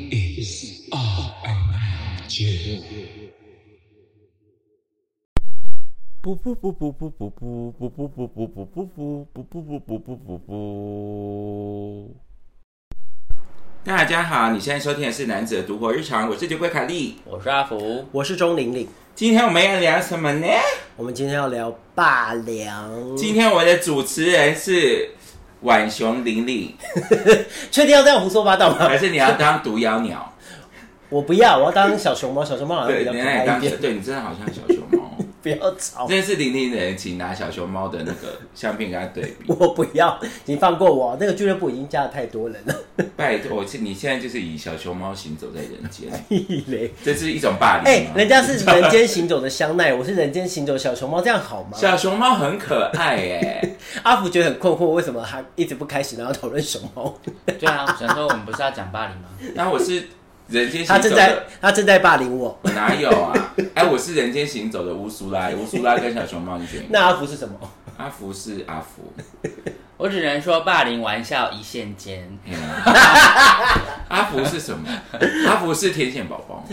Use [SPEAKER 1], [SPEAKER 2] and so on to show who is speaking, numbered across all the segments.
[SPEAKER 1] C R N J。
[SPEAKER 2] 不不不不不不不不不不不不不不不不不不不不不。
[SPEAKER 3] 大家好，你现在收听的是《男子的独活日常》，我是酒鬼凯莉。
[SPEAKER 2] 我是阿福，
[SPEAKER 4] 我是钟玲玲，
[SPEAKER 3] 今天我们要聊什么呢？
[SPEAKER 4] 我们今天要聊霸梁。
[SPEAKER 3] 今天我的主持人是浣熊玲 玲，
[SPEAKER 4] 确定要这样胡说八道 吗
[SPEAKER 3] 还？是你要当独妖鸟？
[SPEAKER 4] 我不要，我要当小熊猫。小熊猫好像
[SPEAKER 3] 对，
[SPEAKER 4] 比较
[SPEAKER 3] 你
[SPEAKER 4] 可
[SPEAKER 3] 那你
[SPEAKER 4] 爱
[SPEAKER 3] 当
[SPEAKER 4] 一点。
[SPEAKER 3] 对你真的好像小熊 猫。
[SPEAKER 4] 不要吵，
[SPEAKER 3] 这是玲玲的人，请拿小熊猫的那个相片跟他对比。
[SPEAKER 4] 我不要，你放过我。那个俱乐部已经加了太多人了，
[SPEAKER 3] 拜托，我是你现在就是以小熊猫行走在人间，
[SPEAKER 4] 屁嘞！
[SPEAKER 3] 这是一种霸凌
[SPEAKER 4] 哎
[SPEAKER 3] 吗。，
[SPEAKER 4] 人家是人间行走的香奈，我是人间行走的小熊猫，这样好 吗？
[SPEAKER 3] 小熊猫很可爱哎、
[SPEAKER 4] 阿福觉得很困惑，为什么他一直不开始，然后讨论熊猫？
[SPEAKER 2] 对啊，想说我们不是要讲霸凌吗？
[SPEAKER 3] 那我是人间
[SPEAKER 4] 他
[SPEAKER 3] 行走
[SPEAKER 4] 正在
[SPEAKER 3] 的，
[SPEAKER 4] 他正在霸凌我。
[SPEAKER 3] 我哪有啊？ 哎，我是人间行走的乌苏拉，乌苏拉跟小熊猫你选一个。
[SPEAKER 4] 那阿福是什么？
[SPEAKER 3] 阿福是阿福，
[SPEAKER 2] 我只能说霸凌玩笑一线间，
[SPEAKER 3] 嗯 阿福是什么？阿福是天线宝 宝。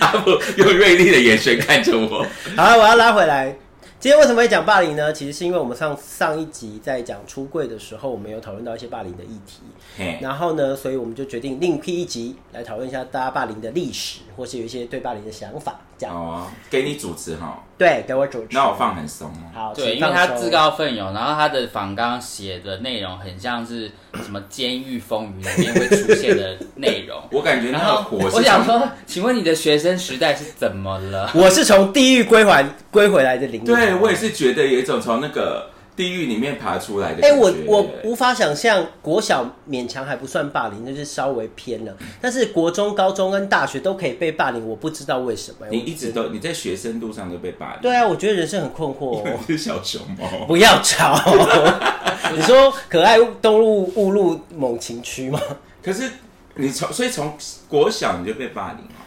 [SPEAKER 3] 阿福用锐利的眼神看着我。
[SPEAKER 4] 好，我要拉回来。今天为什么会讲霸凌呢？其实是因为我们上上一集在讲出柜的时候，我们有讨论到一些霸凌的议题。
[SPEAKER 3] 嘿
[SPEAKER 4] 然后呢，所以我们就决定另辟一集来讨论一下大家霸凌的历史，或是有一些对霸凌的想法。这样、
[SPEAKER 3] 哦，给你主持哈，
[SPEAKER 4] 对，给我主持。
[SPEAKER 3] 那我放很松哦。。
[SPEAKER 4] 好，
[SPEAKER 2] 对，
[SPEAKER 4] 啊请
[SPEAKER 2] 因为
[SPEAKER 4] 放
[SPEAKER 2] 他
[SPEAKER 4] 手
[SPEAKER 2] 自。告奋勇，然后他的访纲写的内容很像是什么《监狱风云》里面会出现的内 容
[SPEAKER 3] 我感觉那
[SPEAKER 2] 然
[SPEAKER 3] 个
[SPEAKER 2] 后
[SPEAKER 3] 火
[SPEAKER 2] 我
[SPEAKER 3] 是
[SPEAKER 2] 想
[SPEAKER 3] 从
[SPEAKER 2] 说，请问你的学生时代是怎么了？
[SPEAKER 4] 我是从地狱归还归回来的灵。
[SPEAKER 3] 对我也。是觉得有一种从那个地狱里面爬出来的
[SPEAKER 4] 哎、
[SPEAKER 3] 感觉。
[SPEAKER 4] 我我无法想象国小勉强还不算霸凌，就是稍微偏了。但是国中、高中跟大学都可以被霸凌，我不知道为什么。
[SPEAKER 3] 你
[SPEAKER 4] 我不
[SPEAKER 3] 一直
[SPEAKER 4] 知道
[SPEAKER 3] 都你在学生路上都被霸凌。
[SPEAKER 4] 对啊，我觉得人生很困惑、哦。
[SPEAKER 3] 是小熊猫。
[SPEAKER 4] 不要 吵，你说可爱动物误入猛禽区吗？
[SPEAKER 3] 可是你从所以从国小你就被霸凌哦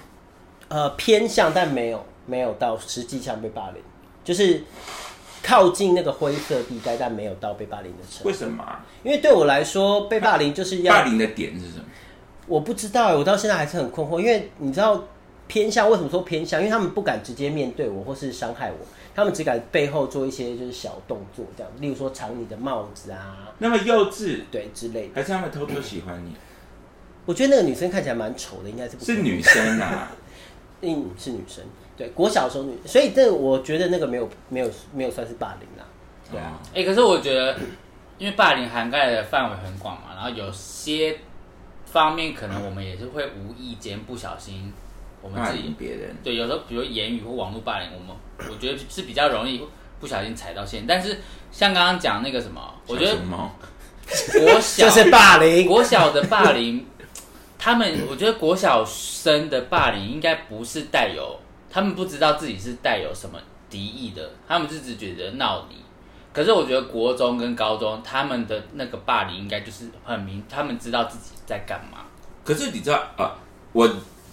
[SPEAKER 4] 呃，偏向，但没有没有到实际上被霸凌，就是靠近那个灰色地带，但没有到被霸凌的程
[SPEAKER 3] 为
[SPEAKER 4] 度。
[SPEAKER 3] 什么啊、
[SPEAKER 4] 因为对我来说，被霸凌就是
[SPEAKER 3] 霸
[SPEAKER 4] 要
[SPEAKER 3] 凌的点是什么？
[SPEAKER 4] 我不知道欸，我到现在还是很困惑，因为你知道偏向为什么说偏向？因为他们不敢直接面对我或是伤害我，他们只敢背后做一些就是小动作这样，例如说藏你的帽子啊，
[SPEAKER 3] 那么幼稚，
[SPEAKER 4] 对之类的。
[SPEAKER 3] 还是他们偷偷喜欢你？
[SPEAKER 4] 我觉得那个女生看起来蛮丑的，应该是不可
[SPEAKER 3] 是
[SPEAKER 4] 能
[SPEAKER 3] 女生啊？
[SPEAKER 4] 嗯，是女生，对，国小的时候女，所以这个我觉得那个没有没有没有算是霸凌啦。
[SPEAKER 3] 对啊，
[SPEAKER 2] 哎、可是我觉得，因为霸凌涵盖的范围很广嘛，然后有些方面可能我们也是会无意间不小心，我们
[SPEAKER 3] 霸
[SPEAKER 2] 自
[SPEAKER 3] 凌
[SPEAKER 4] 嗯
[SPEAKER 2] 己
[SPEAKER 3] 别人。
[SPEAKER 2] 对，有时候比如言语或网络霸凌，我们我觉得是比较容易不小心踩到线。但是像刚刚讲那个什么，我觉
[SPEAKER 3] 小
[SPEAKER 2] 得
[SPEAKER 3] 熊猫
[SPEAKER 2] 国
[SPEAKER 4] 就
[SPEAKER 2] 小
[SPEAKER 4] 是霸凌，
[SPEAKER 2] 国小的霸凌，他们我觉得国小生的霸凌应该不是带有，他们不知道自己是带有什么敌意的，他们是只觉得闹你。可是我觉得国中跟高中他们的那个霸凌应该就是很明，他们知道自己在干嘛。
[SPEAKER 3] 可是你知道啊？我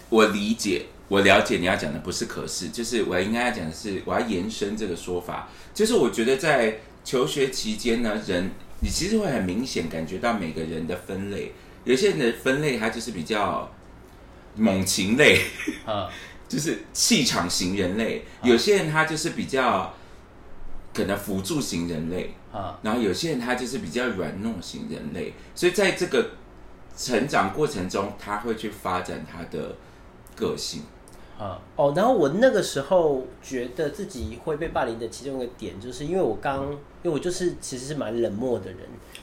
[SPEAKER 3] 我理解，我了解你要讲的不是可是，就是我应该要讲的是，我要延伸这个说法，就是我觉得在求学期间呢，人你其实会很明显感觉到每个人的分类，有些人的分类他就是比较猛禽类，
[SPEAKER 2] 嗯，
[SPEAKER 3] 就是气场型人类，有些人他就是比较可能辅助型人类，
[SPEAKER 2] 嗯，
[SPEAKER 3] 然后有些人他就是比较软弱型人类，所以在这个成长过程中，他会去发展他的个性。
[SPEAKER 2] 嗯，
[SPEAKER 4] 哦，然后我那个时候觉得自己会被霸凌的其中一个点，就是因为我刚，因为我就是其实是蛮冷漠的人，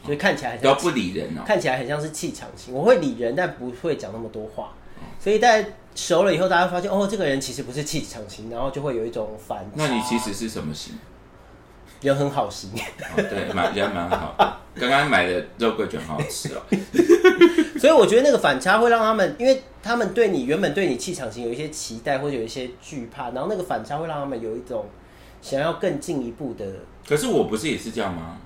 [SPEAKER 4] 所以看起来很
[SPEAKER 3] 不要
[SPEAKER 4] 像
[SPEAKER 3] 不理人哦，
[SPEAKER 4] 看起来很像是气场型，我会理人，但不会讲那么多话，所以在熟了以后，大家会发现哦，这个人其实不是气场型，然后就会有一种反差。
[SPEAKER 3] 那你其实是什么型？
[SPEAKER 4] 人很好型。
[SPEAKER 3] 哦、对，蛮人蛮好的。刚刚买的肉桂卷好好吃哦。
[SPEAKER 4] 所以我觉得那个反差会让他们，因为他们对你原本对你气场型有一些期待或者有一些惧怕，然后那个反差会让他们有一种想要更进一步的。
[SPEAKER 3] 可是我不是也是这样吗？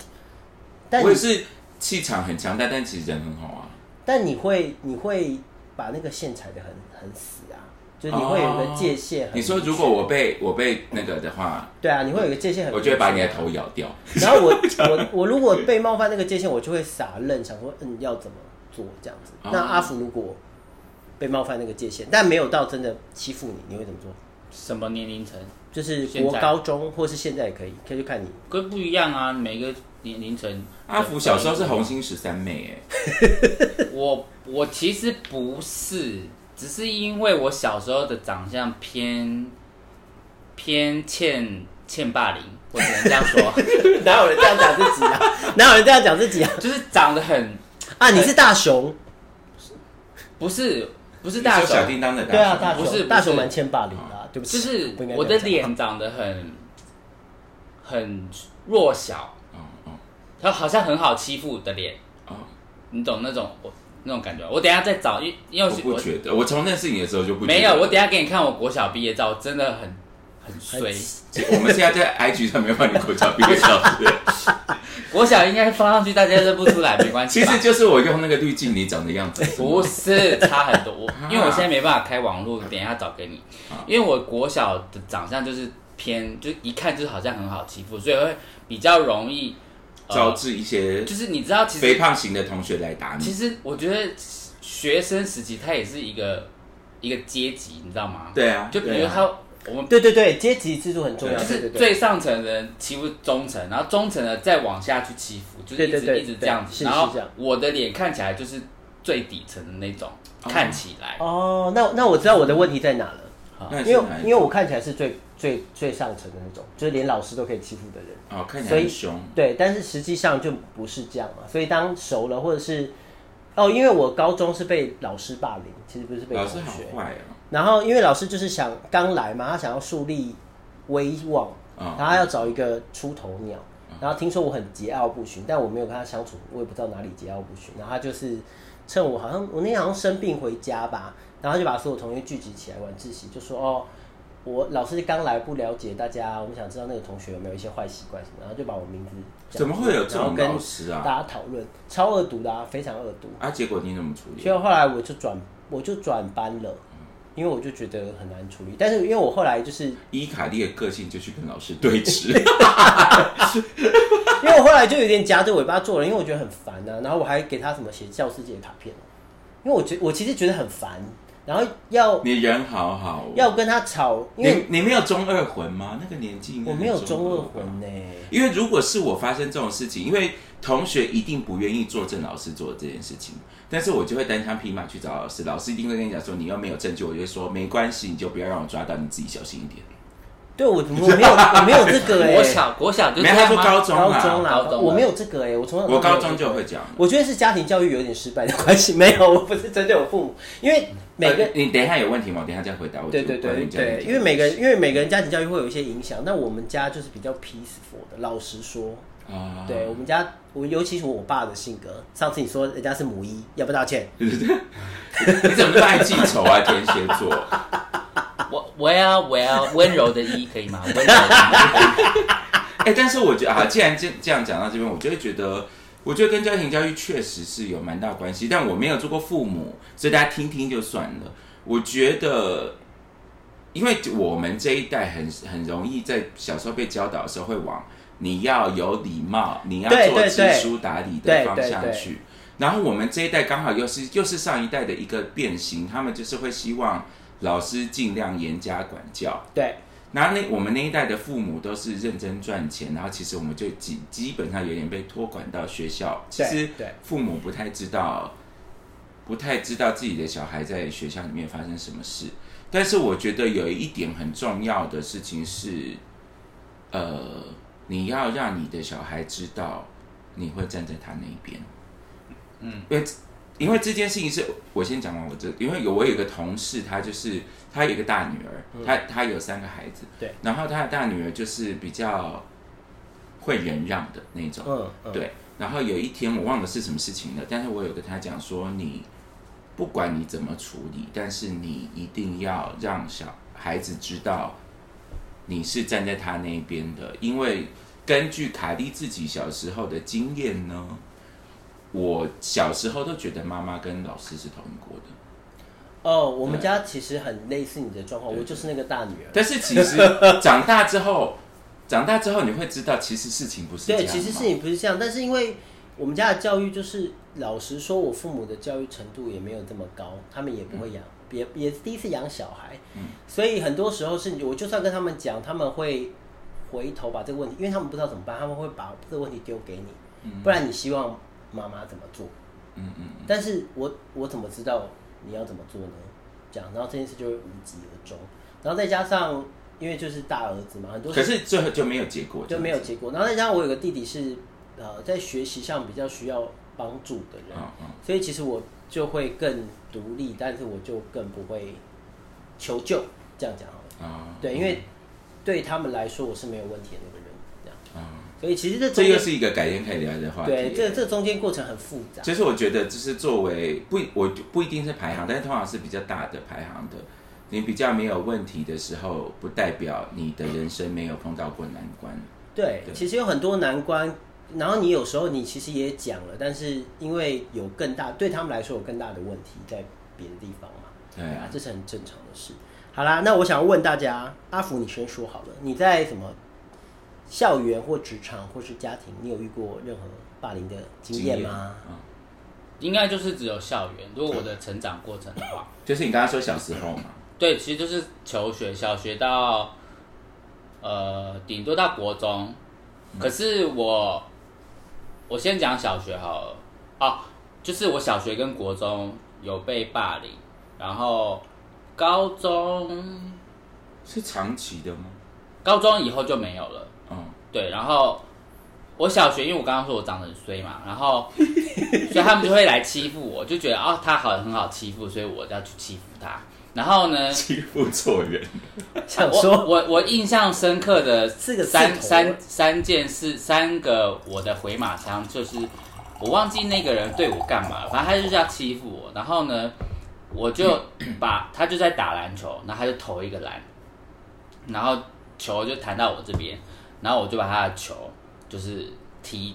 [SPEAKER 4] 但
[SPEAKER 3] 我也
[SPEAKER 4] 你
[SPEAKER 3] 是气场很强大，但其实人很好啊。
[SPEAKER 4] 但你会你会把那个线踩得很很死啊，就是你会有一个界限
[SPEAKER 3] 哦
[SPEAKER 4] 很明确、
[SPEAKER 3] 你说如果我被我被那个的话，
[SPEAKER 4] 对啊，你会有一个界限很
[SPEAKER 3] 我
[SPEAKER 4] 明
[SPEAKER 3] 就
[SPEAKER 4] 确啊，
[SPEAKER 3] 会把你的头咬掉。
[SPEAKER 4] 然后我我我如果被冒犯那个界限，我就会傻愣，想说嗯要怎么做这样子。
[SPEAKER 3] 哦
[SPEAKER 4] 那阿福如果被冒犯那个界限，但没有到真的欺负你，你会怎么做？
[SPEAKER 2] 什么年龄层？
[SPEAKER 4] 就是
[SPEAKER 2] 现在
[SPEAKER 4] 国高中或是现在也可以，可以就看 你。
[SPEAKER 2] 跟不一样啊，每个年龄层。
[SPEAKER 3] 阿福小时候是红星十三妹，哎，
[SPEAKER 2] 我我其实不是，只是因为我小时候的长相偏偏欠欠霸凌，我只能这 样说，
[SPEAKER 4] 哪有人这样讲自己啊？ 哪有人这样讲自己啊？
[SPEAKER 2] 就是长得很
[SPEAKER 4] 啊，你是大熊，
[SPEAKER 2] 不是不是
[SPEAKER 3] 是
[SPEAKER 2] 大手，
[SPEAKER 3] 小叮当的
[SPEAKER 4] 对啊，
[SPEAKER 3] 大
[SPEAKER 4] 大
[SPEAKER 3] 手
[SPEAKER 4] 熊
[SPEAKER 2] 不是不是
[SPEAKER 4] 大熊蛮欠霸凌的、啊，对不起，
[SPEAKER 2] 就是
[SPEAKER 4] 不应该
[SPEAKER 2] 我
[SPEAKER 4] 这
[SPEAKER 2] 的
[SPEAKER 4] 样讲
[SPEAKER 2] 脸长得很很弱小，
[SPEAKER 3] 哦哦
[SPEAKER 2] 他好像很好欺负的脸，
[SPEAKER 3] 哦，
[SPEAKER 2] 你懂那种我那种感觉吗。我等一下再找，因因为
[SPEAKER 3] 哦我不觉得，我从认识你的时候就不觉得
[SPEAKER 2] 没有，我等一下给你看我国小毕业照，真的很很衰。
[SPEAKER 3] 我们现在在 IG 上面帮你口罩毕业照， 对
[SPEAKER 2] 国小应该放上去，大家认不出来，没关系
[SPEAKER 3] 其
[SPEAKER 2] 吧。
[SPEAKER 3] 实就是我用那个滤镜你长的样子，
[SPEAKER 2] 不是差很多， 我因为我现在没办法开网络，等一下找给你。
[SPEAKER 3] 啊
[SPEAKER 2] 因为我国小的长相就是偏，就一看就是好像很好欺负，所以会比较容易
[SPEAKER 3] 招致一些
[SPEAKER 2] 就是你知道，其
[SPEAKER 3] 肥
[SPEAKER 2] 实
[SPEAKER 3] 胖型的同学来打
[SPEAKER 2] 其
[SPEAKER 3] 你。
[SPEAKER 2] 实我觉得学生时期它也是一个一个阶级，你知道吗？
[SPEAKER 3] 对啊，
[SPEAKER 2] 就比
[SPEAKER 3] 对
[SPEAKER 2] 如
[SPEAKER 3] 啊
[SPEAKER 2] 他、我们
[SPEAKER 4] 对对对，阶级制度很重要，
[SPEAKER 2] 啊就
[SPEAKER 4] 对
[SPEAKER 2] 是
[SPEAKER 4] 对对。
[SPEAKER 2] 最上层的人欺负中层，然后中层的再往下去欺负，就是一
[SPEAKER 4] 对
[SPEAKER 2] 直
[SPEAKER 4] 对对
[SPEAKER 2] 一直这样
[SPEAKER 4] 对
[SPEAKER 2] 子。
[SPEAKER 4] 是
[SPEAKER 2] 然后
[SPEAKER 4] 是这样
[SPEAKER 2] 我的脸看起来就是最底层的那种，看起来。
[SPEAKER 4] 哦，那那我知道我的问题在哪了，
[SPEAKER 3] 那你
[SPEAKER 4] 因
[SPEAKER 3] 是
[SPEAKER 4] 为
[SPEAKER 3] 哪一
[SPEAKER 4] 因为我看起来是最最最上层的那种，就是连老师都可以欺负的人。
[SPEAKER 3] 哦，看起来
[SPEAKER 4] 所以
[SPEAKER 3] 很凶，
[SPEAKER 2] 嗯
[SPEAKER 4] 对，但是实际上就不是这样嘛。所以当熟了，或者是哦，因为我高中是被老师霸凌，其实不是被
[SPEAKER 3] 老
[SPEAKER 4] 同
[SPEAKER 3] 师好
[SPEAKER 4] 学。
[SPEAKER 3] 坏哦
[SPEAKER 4] 然后因为老师就是想刚来嘛，他想要树立威望，
[SPEAKER 3] 哦。
[SPEAKER 4] 然后他要找一个出头鸟。
[SPEAKER 3] 啊
[SPEAKER 4] 然后听说我很桀骜不驯，但我没有跟他相处，我也不知道哪里桀骜不驯。然后他就是趁我好像我那天好像生病回家吧，然后他就把所有同学聚集起来晚自习，就说哦，我老师刚来不了解大家，我们想知道那个同学有没有一些坏习惯什么，然后就把我名字讲
[SPEAKER 3] 怎么会有这
[SPEAKER 4] 出来然
[SPEAKER 3] 种
[SPEAKER 4] 后跟
[SPEAKER 3] 老师啊
[SPEAKER 4] 大家讨论，超恶毒的啊，非常恶毒。
[SPEAKER 3] 啊，结果你怎么处理
[SPEAKER 4] 所？以后来我就转我就转班了，因为我就觉得很难处理。但是因为我后来就是
[SPEAKER 3] 伊卡利的个性就去跟老师对 峙，
[SPEAKER 4] 因为我后来就有点夹着尾巴做人，因为我觉得很烦啊呐、然后我还给他什么写教师节卡片，因为我觉我其实觉得很烦，然后要
[SPEAKER 3] 你人好好，哦
[SPEAKER 4] 要跟他吵，因为
[SPEAKER 3] 你你没有中二魂吗？那个年纪应该
[SPEAKER 4] 我没有
[SPEAKER 3] 很
[SPEAKER 4] 中
[SPEAKER 3] 中
[SPEAKER 4] 二
[SPEAKER 3] 吧
[SPEAKER 4] 魂啊呢、
[SPEAKER 3] 因为如果是我发生这种事情，因为同学一定不愿意作证老师做的这件事情，但是我就会单枪匹马去找老师，老师一定会跟你讲说你又没有证据，我就会说没关系，你就不要让我抓到，你自己小心一点。啊
[SPEAKER 4] 对我我没有我没有这个哎、
[SPEAKER 2] 国小国小就
[SPEAKER 3] 没有，他
[SPEAKER 2] 这样
[SPEAKER 3] 说
[SPEAKER 2] 吗？
[SPEAKER 3] 高中
[SPEAKER 4] 高
[SPEAKER 3] 啦，
[SPEAKER 4] 中啊啦
[SPEAKER 2] 高，中
[SPEAKER 4] 我没有这个哎、我从小
[SPEAKER 3] 我
[SPEAKER 4] 到
[SPEAKER 3] 高
[SPEAKER 4] 没有
[SPEAKER 3] 中
[SPEAKER 4] 这个
[SPEAKER 3] 就会讲。
[SPEAKER 4] 我觉得是家庭教育有点失败的关系，没有，我不是针对我父母，因为每个
[SPEAKER 3] 呃你等一下有问题吗？我等一下再回答。我
[SPEAKER 4] 对对
[SPEAKER 3] 就关
[SPEAKER 4] 对
[SPEAKER 3] 于这样的
[SPEAKER 4] 对，因为每个人因为每个人家庭教育会有一些影响，那我们家就是比较 peaceful 的，老实说，
[SPEAKER 3] 啊，
[SPEAKER 4] 对我们家，我尤其是我爸的性格。上次你说人家是母一，要不道歉？
[SPEAKER 3] 你怎么那么爱记仇啊？天蝎座，
[SPEAKER 2] 我我要我要温柔的一可以吗？温柔的
[SPEAKER 3] 哎、但是我觉得啊，既然这这样讲到这边，我就会觉得，我觉得跟家庭教育确实是有蛮大关系，但我没有做过父母，所以大家听听就算了。我觉得，因为我们这一代很很容易在小时候被教导的时候，会往你要有礼貌，你要
[SPEAKER 4] 对
[SPEAKER 3] 做
[SPEAKER 4] 对
[SPEAKER 3] 知
[SPEAKER 4] 对
[SPEAKER 3] 书达理的
[SPEAKER 4] 对
[SPEAKER 3] 方
[SPEAKER 4] 对
[SPEAKER 3] 向
[SPEAKER 4] 对
[SPEAKER 3] 去。然后我们这一代刚好又是又是上一代的一个变形，他们就是会希望老师尽量严加管教，
[SPEAKER 4] 对，
[SPEAKER 3] 然后那我们那一代的父母都是认真赚钱，然后其实我们就基基本上有点被托管到学校。其
[SPEAKER 4] 对
[SPEAKER 3] 实
[SPEAKER 4] 对
[SPEAKER 3] 父母不太知道，不太知道自己的小孩在学校里面发生什么事。但是我觉得有一点很重要的事情是，呃，你要让你的小孩知道你会站在他那一边。嗯，因为因为这件事情是我先讲完我这，因为有我有一个同事，她就是她有一个大女儿，她她有三个孩子，
[SPEAKER 4] 对，
[SPEAKER 3] 然后她的大女儿就是比较会忍让的那种，
[SPEAKER 4] 嗯，嗯，
[SPEAKER 3] 对。然后有一天我忘了是什么事情了，但是我有跟她讲说，你不管你怎么处理，但是你一定要让小孩子知道你是站在他那一边的，因为根据凯莉自己小时候的经验呢，我小时候都觉得妈妈跟老师是同一国的，
[SPEAKER 4] 哦，我们家其实很类似你的状况，我就是那个大女儿。
[SPEAKER 3] 但是其实长大之后，长大之后你会知道，其实事情不是这样
[SPEAKER 4] 对，
[SPEAKER 3] 嘛
[SPEAKER 4] 其实是你不是这样，但是因为我们家的教育就是老实说，我父母的教育程度也没有这么高，他们也不会养，
[SPEAKER 3] 嗯
[SPEAKER 4] 也也是第一次养小孩，所以很多时候是我就算跟他们讲，他们会回头把这个问题，因为他们不知道怎么办，他们会把这个问题丢给你，不然你希望妈妈怎么做？
[SPEAKER 3] 嗯嗯，
[SPEAKER 4] 但是我我怎么知道你要怎么做呢？这样，然后这件事就会无疾而终，然后再加上因为就是大儿子嘛，很多
[SPEAKER 3] 可是最后就没有结果，
[SPEAKER 4] 就没有结果。然后再加上我有个弟弟是呃在学习上比较需要帮助的人，
[SPEAKER 3] 嗯嗯
[SPEAKER 4] 所以其实我就会更独立，但是我就更不会求救。这样讲好了，
[SPEAKER 3] 啊，
[SPEAKER 4] 对，因为对他们来说我是没有问题的那个人，这样。
[SPEAKER 3] 啊，
[SPEAKER 4] 所以其实这
[SPEAKER 3] 这
[SPEAKER 4] 中
[SPEAKER 3] 又
[SPEAKER 4] 间
[SPEAKER 3] 是一个改天可以聊的话题。
[SPEAKER 4] 对这这中间过程很复杂，
[SPEAKER 3] 就是我觉得，就是作为不我不一定是排行，但是通常是比较大的排行的。你比较没有问题的时候，不代表你的人生没有碰到过难关。
[SPEAKER 4] 对，
[SPEAKER 3] 对
[SPEAKER 4] 其实有很多难关，然后你有时候你其实也讲了，但是因为有更大对他们来说有更大的问题在别的地方嘛，
[SPEAKER 3] 对
[SPEAKER 4] 啊
[SPEAKER 3] 啊，
[SPEAKER 4] 这是很正常的事。好啦，那我想问大家，阿福你先说好了，你在什么校园或职场或是家庭，你有遇过任何霸凌的经验 吗？
[SPEAKER 3] 嗯
[SPEAKER 2] 应该就是只有校园。如果我的成长过程的话，
[SPEAKER 3] 就是你刚刚说小时候嘛，
[SPEAKER 2] 对，其实就是求学，小学到呃，顶多到国中。可是我，我先讲小学好了。哦，就是我小学跟国中有被霸凌，然后高中
[SPEAKER 3] 是长期的吗？
[SPEAKER 2] 高中以后就没有了。
[SPEAKER 3] 嗯，
[SPEAKER 2] 对，然后我小学，因为我刚刚说我长得很衰嘛，然后所以他们就会来欺负我，就觉得哦，他好很好欺负，所以我要去欺负他。然 后呢，
[SPEAKER 3] 欺负错人。
[SPEAKER 4] 想
[SPEAKER 2] 我
[SPEAKER 4] 说
[SPEAKER 2] 我我印象深刻的
[SPEAKER 4] 四个字
[SPEAKER 2] 三
[SPEAKER 4] 头
[SPEAKER 2] 三三件事，三个我的回马枪就是我忘记那个人对我干嘛了，反正他就是要欺负我。然后呢，我就把他就在打篮球，然后他就投一个篮，然后球就弹到我这边，然后我就把他的球就是踢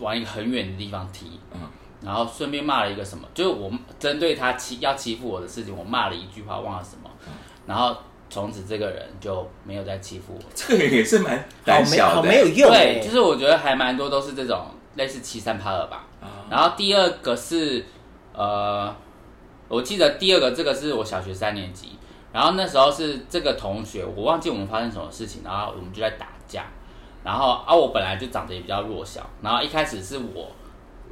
[SPEAKER 2] 往一个很远的地方踢，
[SPEAKER 3] 嗯，
[SPEAKER 2] 然后顺便骂了一个什么，就是我针对他欺要欺负我的事情，我骂了一句话，忘了什么，
[SPEAKER 4] 嗯
[SPEAKER 2] 然后从此这个人就没有再欺负我。
[SPEAKER 3] 这个也是蛮
[SPEAKER 4] 好
[SPEAKER 3] 胆
[SPEAKER 4] 没
[SPEAKER 3] 小
[SPEAKER 4] 好
[SPEAKER 3] 的。
[SPEAKER 4] 没有用、欸，
[SPEAKER 2] 对，就是我觉得还蛮多都是这种类似欺三怕二吧。
[SPEAKER 3] 啊
[SPEAKER 2] 然后第二个是呃，我记得第二个这个是我小学三年级，然后那时候是这个同学，我忘记我们发生什么事情，然后我们就在打架，然后啊我本来就长得也比较弱小，然后一开始是我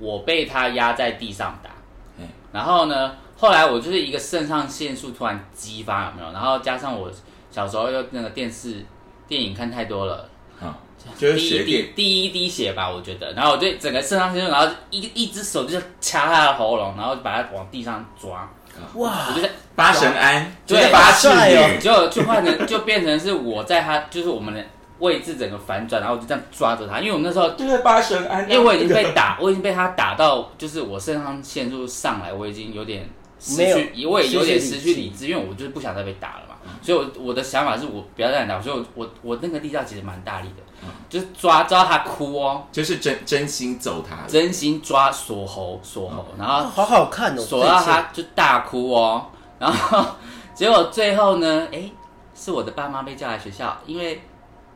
[SPEAKER 2] 我被他压在地上打，
[SPEAKER 3] 嗯
[SPEAKER 2] 然后呢，后来我就是一个肾上腺素突然激发，有没有？然后加上我小时候又那个电视电影看太多了。
[SPEAKER 3] 嗯，就是
[SPEAKER 2] 第
[SPEAKER 3] 学
[SPEAKER 2] 一滴
[SPEAKER 3] 点
[SPEAKER 2] 第一滴血吧，我觉得。然后我就整个肾上腺素，然后一一只手就掐他的喉咙，然后就把他往地上抓。
[SPEAKER 4] 哇
[SPEAKER 2] 我，就在
[SPEAKER 3] 哦八神庵，
[SPEAKER 2] 对
[SPEAKER 3] 就是八世
[SPEAKER 4] 帅哦
[SPEAKER 3] 女，
[SPEAKER 2] 就就换成就变成是我在他就是我们的位置整个反转，然后我就这样抓着他，因为我那时候
[SPEAKER 3] 就是八神庵啊。
[SPEAKER 2] 因为我已经被打，我已经被他打到，就是我肾上腺素上来，我已经有点失
[SPEAKER 4] 没有
[SPEAKER 2] 去，我也有点失去
[SPEAKER 4] 失去理
[SPEAKER 2] 理智，因为我就是不想再被打了嘛。所以我，我的想法是我不要再被打，所以我我我那个力道其实蛮大力的，就是抓抓他哭哦，
[SPEAKER 3] 就是真真心揍他。
[SPEAKER 2] 真心抓锁喉锁喉，然
[SPEAKER 4] 啊
[SPEAKER 2] 后
[SPEAKER 4] 好好看哦，
[SPEAKER 2] 锁到
[SPEAKER 4] 这一切
[SPEAKER 2] 他就大哭哦，然后结果最后呢，哎，是我的爸妈被叫来学校，因为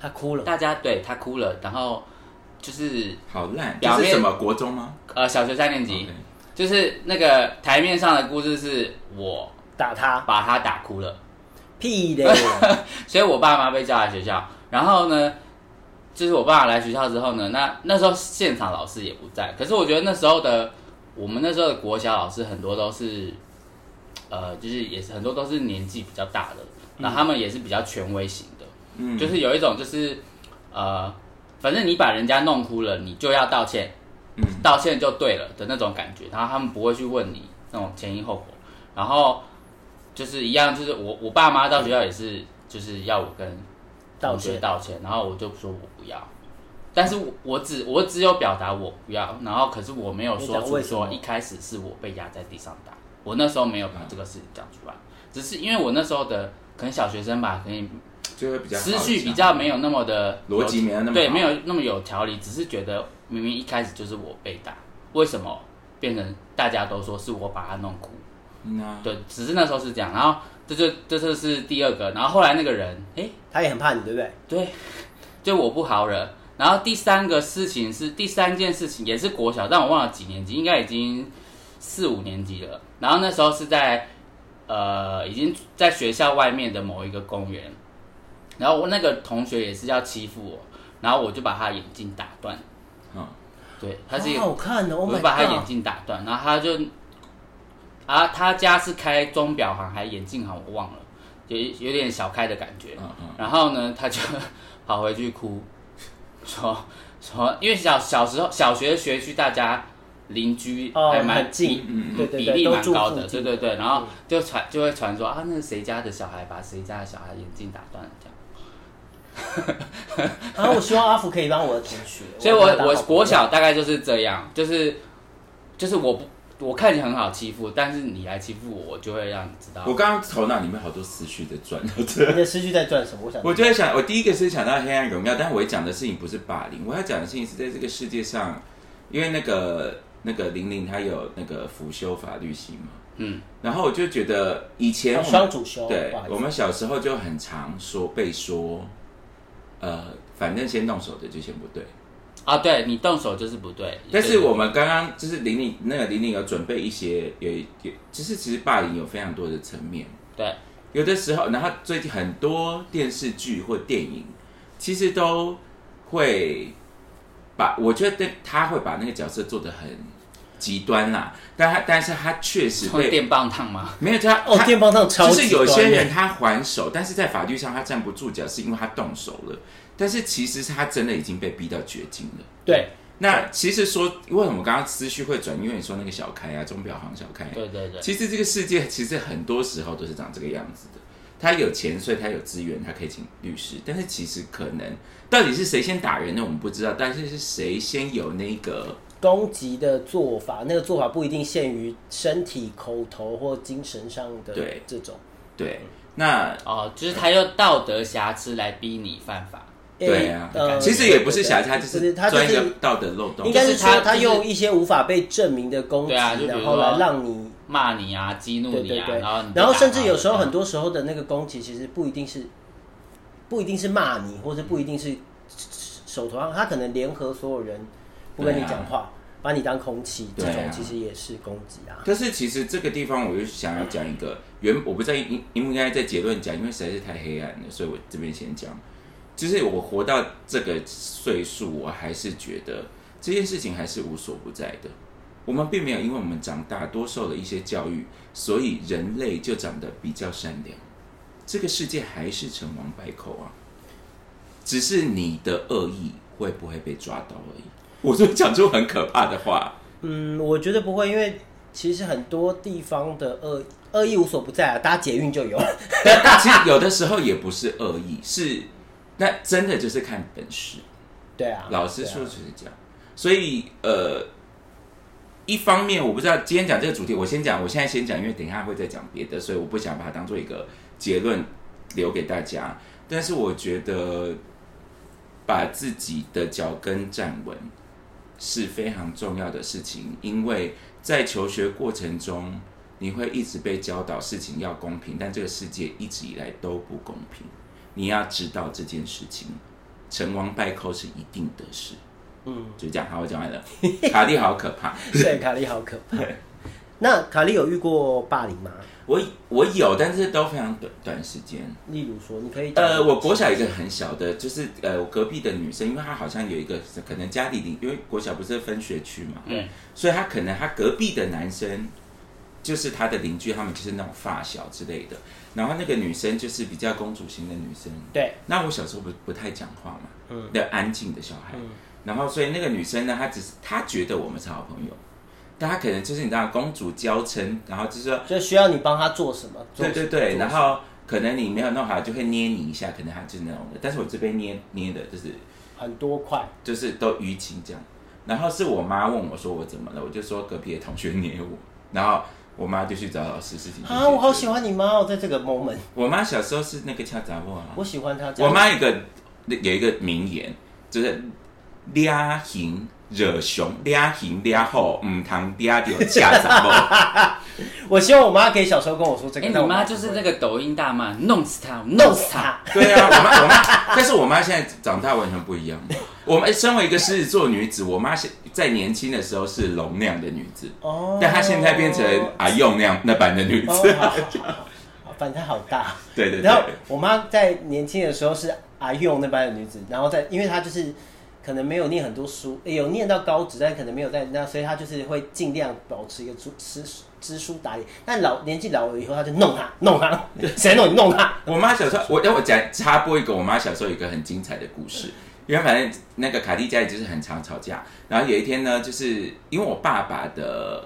[SPEAKER 4] 他哭了，
[SPEAKER 2] 大家对他哭了，然后就是
[SPEAKER 3] 好烂，
[SPEAKER 2] 表
[SPEAKER 3] 这是
[SPEAKER 2] 面
[SPEAKER 3] 什么国中吗？
[SPEAKER 2] 呃小学三年级
[SPEAKER 3] OK，
[SPEAKER 2] 就是那个台面上的故事是我
[SPEAKER 4] 打 他
[SPEAKER 2] 把他打哭了，
[SPEAKER 4] 屁 嘞，
[SPEAKER 2] 所以我爸妈被叫来学校，然后呢。就是我爸来学校之后呢，那那时候现场老师也不在，可是我觉得那时候的我们那时候的国小老师很多都是，呃，就是也是很多都是年纪比较大的，那他们也是比较权威型的，
[SPEAKER 3] 嗯
[SPEAKER 2] 就是有一种就是，呃，反正你把人家弄哭了，你就要道歉，
[SPEAKER 3] 嗯
[SPEAKER 2] 道歉就对了的那种感觉，然后他们不会去问你那种前因后果，然后就是一样，就是我我爸妈到学校也是，就是要我跟
[SPEAKER 4] 道
[SPEAKER 2] 同学
[SPEAKER 4] 歉。
[SPEAKER 2] 道歉，然后我就说我不要，但是我我只我只有表达我不要，然后可是我没有
[SPEAKER 4] 你
[SPEAKER 2] 说
[SPEAKER 4] 讲
[SPEAKER 2] 出
[SPEAKER 4] 为什么
[SPEAKER 2] 说一开始是我被压在地上打，我那时候没有把这个事情讲出来，只是因为我那时候的可能小学生吧，可能
[SPEAKER 3] 就会比较好
[SPEAKER 2] 思绪比
[SPEAKER 3] 讲
[SPEAKER 2] 较没有那么的
[SPEAKER 3] 逻辑没有那么
[SPEAKER 2] 对，
[SPEAKER 3] 好
[SPEAKER 2] 没有那么有条理，只是觉得明明一开始就是我被打，为什么变成大家都说是我把他弄哭？
[SPEAKER 3] 嗯啊，
[SPEAKER 2] 对，只是那时候是这样，然后这就这就是第二个，然后后来那个人，哎、
[SPEAKER 4] 他也很怕你，对不对？
[SPEAKER 2] 对，就我不好惹。然后第三个事情是第三件事情也是国小，但我忘了几年级，应该已经四五年级了。然后那时候是在呃已经在学校外面的某一个公园，然后我那个同学也是要欺负我，然后我就把他眼镜打断。
[SPEAKER 3] 嗯，
[SPEAKER 2] 对，他
[SPEAKER 4] 好
[SPEAKER 2] 是一个
[SPEAKER 4] 好看哦，Oh
[SPEAKER 2] 我
[SPEAKER 4] my
[SPEAKER 2] 就
[SPEAKER 4] god！
[SPEAKER 2] 把他眼镜打断，然后他就，啊，他家是开钟表行还是眼镜行，我忘了，有有点小开的感觉。
[SPEAKER 3] 嗯嗯
[SPEAKER 2] 然后呢，他就跑回去哭， 说说，因为小小时候小学学区大家邻居
[SPEAKER 4] 哦
[SPEAKER 2] 还蛮
[SPEAKER 4] 很近
[SPEAKER 3] 嗯嗯
[SPEAKER 4] 对对
[SPEAKER 2] 比
[SPEAKER 4] 对
[SPEAKER 2] 例
[SPEAKER 4] 都
[SPEAKER 2] 蛮
[SPEAKER 4] 住
[SPEAKER 2] 高
[SPEAKER 4] 附
[SPEAKER 2] 的，对
[SPEAKER 4] 近
[SPEAKER 2] 对对，然后
[SPEAKER 4] 嗯
[SPEAKER 2] 就传就会传说啊，那是谁家的小孩把谁家的小孩眼镜打断了这样。
[SPEAKER 4] 然后啊我希望阿福可以帮我的同学，
[SPEAKER 2] 所以我
[SPEAKER 4] 跟他打
[SPEAKER 2] 我
[SPEAKER 4] 好
[SPEAKER 2] 国小大概就是这样，就是就是我不我看你很好欺负，但是你来欺负我，我就会让你知道
[SPEAKER 3] 我。刚刚头脑里面好多思绪在转，
[SPEAKER 4] 朋友 你的思绪在转什么？我想
[SPEAKER 3] 我就在想，我第一个是想到《黑暗荣耀》，但我讲的事情不是霸凌，我要讲的事情是在这个世界上，因为那个那个玲玲她有那个辅修法律系嘛，
[SPEAKER 2] 嗯，
[SPEAKER 3] 然后我就觉得以前我们
[SPEAKER 4] 哦双主修，
[SPEAKER 3] 对
[SPEAKER 4] 不好意，思
[SPEAKER 3] 我们小时候就很常说被说，呃，反正先动手的就先不对。
[SPEAKER 2] 啊，对你动手就是不对。
[SPEAKER 3] 但
[SPEAKER 2] 就是
[SPEAKER 3] 我们刚刚就是玲玲那个玲玲有准备一些，有有，就是其实霸凌有非常多的层面，
[SPEAKER 2] 对
[SPEAKER 3] 有的时候，然后最近很多电视剧或电影，其实都会把，我觉得他会把那个角色做的很极端啦，但他但是他确实
[SPEAKER 2] 会
[SPEAKER 3] 被
[SPEAKER 2] 电棒烫吗？
[SPEAKER 3] 没有他
[SPEAKER 4] 哦
[SPEAKER 3] 他，
[SPEAKER 4] 电棒上超
[SPEAKER 3] 就是
[SPEAKER 4] 级
[SPEAKER 3] 有
[SPEAKER 4] 端
[SPEAKER 3] 些
[SPEAKER 4] 的
[SPEAKER 3] 人他还手，但是在法律上他站不住脚，是因为他动手了，但是其实是他真的已经被逼到绝境了。
[SPEAKER 4] 对
[SPEAKER 3] 那其实说，为什么刚刚思绪会转？因为你说那个小开啊，钟表行小开，
[SPEAKER 2] 对对对，
[SPEAKER 3] 其实这个世界其实很多时候都是长这个样子的。他有钱，所以他有资源，他可以请律师。但是其实可能到底是谁先打人呢？我们不知道。但是是谁先有那个
[SPEAKER 4] 攻击的做法，那个做法不一定限于身体、口头或精神上的
[SPEAKER 3] 对
[SPEAKER 4] 这种。
[SPEAKER 3] 对？那
[SPEAKER 2] 哦，就是他用道德瑕疵来逼你犯法。
[SPEAKER 3] 对啊，
[SPEAKER 4] 诶呃
[SPEAKER 3] 其实也不是瑕疵，他就
[SPEAKER 4] 不是
[SPEAKER 3] 是
[SPEAKER 4] 他就
[SPEAKER 3] 钻一个
[SPEAKER 4] 是
[SPEAKER 3] 道德漏洞
[SPEAKER 4] 应。该是
[SPEAKER 2] 就
[SPEAKER 4] 说
[SPEAKER 2] 是他
[SPEAKER 4] 他
[SPEAKER 2] 就是
[SPEAKER 4] 用一些无法被证明的攻击，
[SPEAKER 2] 对啊就比如
[SPEAKER 4] 然
[SPEAKER 2] 说
[SPEAKER 4] 后来让你。
[SPEAKER 2] 骂你啊，激怒
[SPEAKER 4] 对
[SPEAKER 2] 你
[SPEAKER 4] 对
[SPEAKER 2] 啊，
[SPEAKER 4] 对，
[SPEAKER 2] 然后你就
[SPEAKER 4] 然后
[SPEAKER 2] 打
[SPEAKER 4] 甚至有时候
[SPEAKER 2] 他
[SPEAKER 4] 很多时候的那个攻击，其实不一定是不一定是骂你，或者不一定是手头上，他可能联合所有人不跟你
[SPEAKER 3] 对啊
[SPEAKER 4] 讲话，把你当空气，这
[SPEAKER 3] 对啊
[SPEAKER 4] 种其实也是攻击啊。
[SPEAKER 3] 但是其实这个地方，我就想要讲一个原，我不在应应该在结论讲，因为实在是太黑暗了，所以我这边先讲。就是我活到这个岁数，我还是觉得这件事情还是无所不在的。我们并没有因为我们长大多受了一些教育，所以人类就长得比较善良。这个世界还是成王败寇啊，只是你的恶意会不会被抓到而已。我就讲出很可怕的话，
[SPEAKER 4] 嗯，我觉得不会，因为其实很多地方的恶恶意无所不在啊，搭捷运就有。
[SPEAKER 3] 但但其实有的时候也不是恶意，是那真的就是看本事。
[SPEAKER 4] 对啊，
[SPEAKER 3] 老师
[SPEAKER 4] 对啊
[SPEAKER 3] 说就是这样，所以呃，一方面我不知道今天讲这个主题，我先讲，我现在先讲，因为等一下会再讲别的，所以我不想把它当做一个结论留给大家。但是我觉得把自己的脚跟站稳是非常重要的事情，因为在求学过程中，你会一直被教导事情要公平，但这个世界一直以来都不公平。你要知道这件事情，成王败寇是一定的事。
[SPEAKER 4] 嗯，
[SPEAKER 3] 就这样，好，我讲完了。 卡莉好可怕，
[SPEAKER 4] 对，卡莉好可 怕。那卡莉有遇过霸凌吗？
[SPEAKER 3] 我我有，但是都非常短短时间。
[SPEAKER 4] 例如说，你可以
[SPEAKER 3] 呃，我国小有一个很小的，就是呃，我隔壁的女生，因为她好像有一个可能家里里，因为国小不是分学区嘛，
[SPEAKER 2] 嗯，
[SPEAKER 3] 所以她可能她隔壁的男生就是她的邻居，他们就是那种发小之类的。然后那个女生就是比较公主型的女生，
[SPEAKER 4] 对，
[SPEAKER 3] 那我小时候不不太讲话嘛，
[SPEAKER 4] 嗯
[SPEAKER 3] 那安静的小孩，
[SPEAKER 4] 嗯
[SPEAKER 3] 然后所以那个女生呢，她只是她觉得我们是好朋友，但她可能就是你知道公主娇嗔，然后就是说
[SPEAKER 4] 就需要你帮他做什么？做
[SPEAKER 3] 对对
[SPEAKER 4] 什
[SPEAKER 3] 对，
[SPEAKER 4] 么
[SPEAKER 3] 然后可能你没有弄好就会捏你一下，可能她就是那种的，但是我这边捏捏的就是
[SPEAKER 4] 很多块，
[SPEAKER 3] 就是都淤青这样，然后是我妈问我说我怎么了，我就说隔壁的同学捏我，然后我妈就去找老师事情就解
[SPEAKER 4] 啊，
[SPEAKER 3] 决
[SPEAKER 4] 我好喜欢你妈哦，在这个 moment，
[SPEAKER 3] 我妈小时候是那个敲杂货啊，
[SPEAKER 4] 我喜欢她这
[SPEAKER 3] 我
[SPEAKER 4] 样。
[SPEAKER 3] 妈有一个有一个名言，就是“俩行惹熊，俩行俩后，唔通俩就嫁杂 某
[SPEAKER 4] 我希望我妈可以小时候跟我说这个。
[SPEAKER 2] 哎，你
[SPEAKER 4] 但我
[SPEAKER 2] 妈就是
[SPEAKER 4] 不
[SPEAKER 2] 那
[SPEAKER 4] 会
[SPEAKER 2] 个抖音大骂，弄死他，弄
[SPEAKER 4] 弄死
[SPEAKER 2] 死他。
[SPEAKER 4] 她。”。
[SPEAKER 3] 对啊，我妈我妈，但是我妈现在长大完全不一样了。我们身为一个狮子座女子，我妈现在年轻的时候是龙那样的女子，
[SPEAKER 4] 哦
[SPEAKER 3] 但她现在变成阿用那样那般的女
[SPEAKER 4] 哦，
[SPEAKER 3] 子。
[SPEAKER 4] 好好好好好反差好大。
[SPEAKER 3] 对对对
[SPEAKER 4] 然后我妈在年轻的时候是阿用那班的女子，然后在因为她就是可能没有念很多书，诶有念到高职，但可能没有在那，所以她就是会尽量保持一个知知知书达理。但老年纪老了以后，她就弄她弄她，谁弄你弄她。
[SPEAKER 3] 我妈小时候，我哎让我讲插播一个，我妈小时候有一个很精彩的故事。因为反正那个卡蒂家里就是很常吵架，然后有一天呢，就是因为我爸爸的，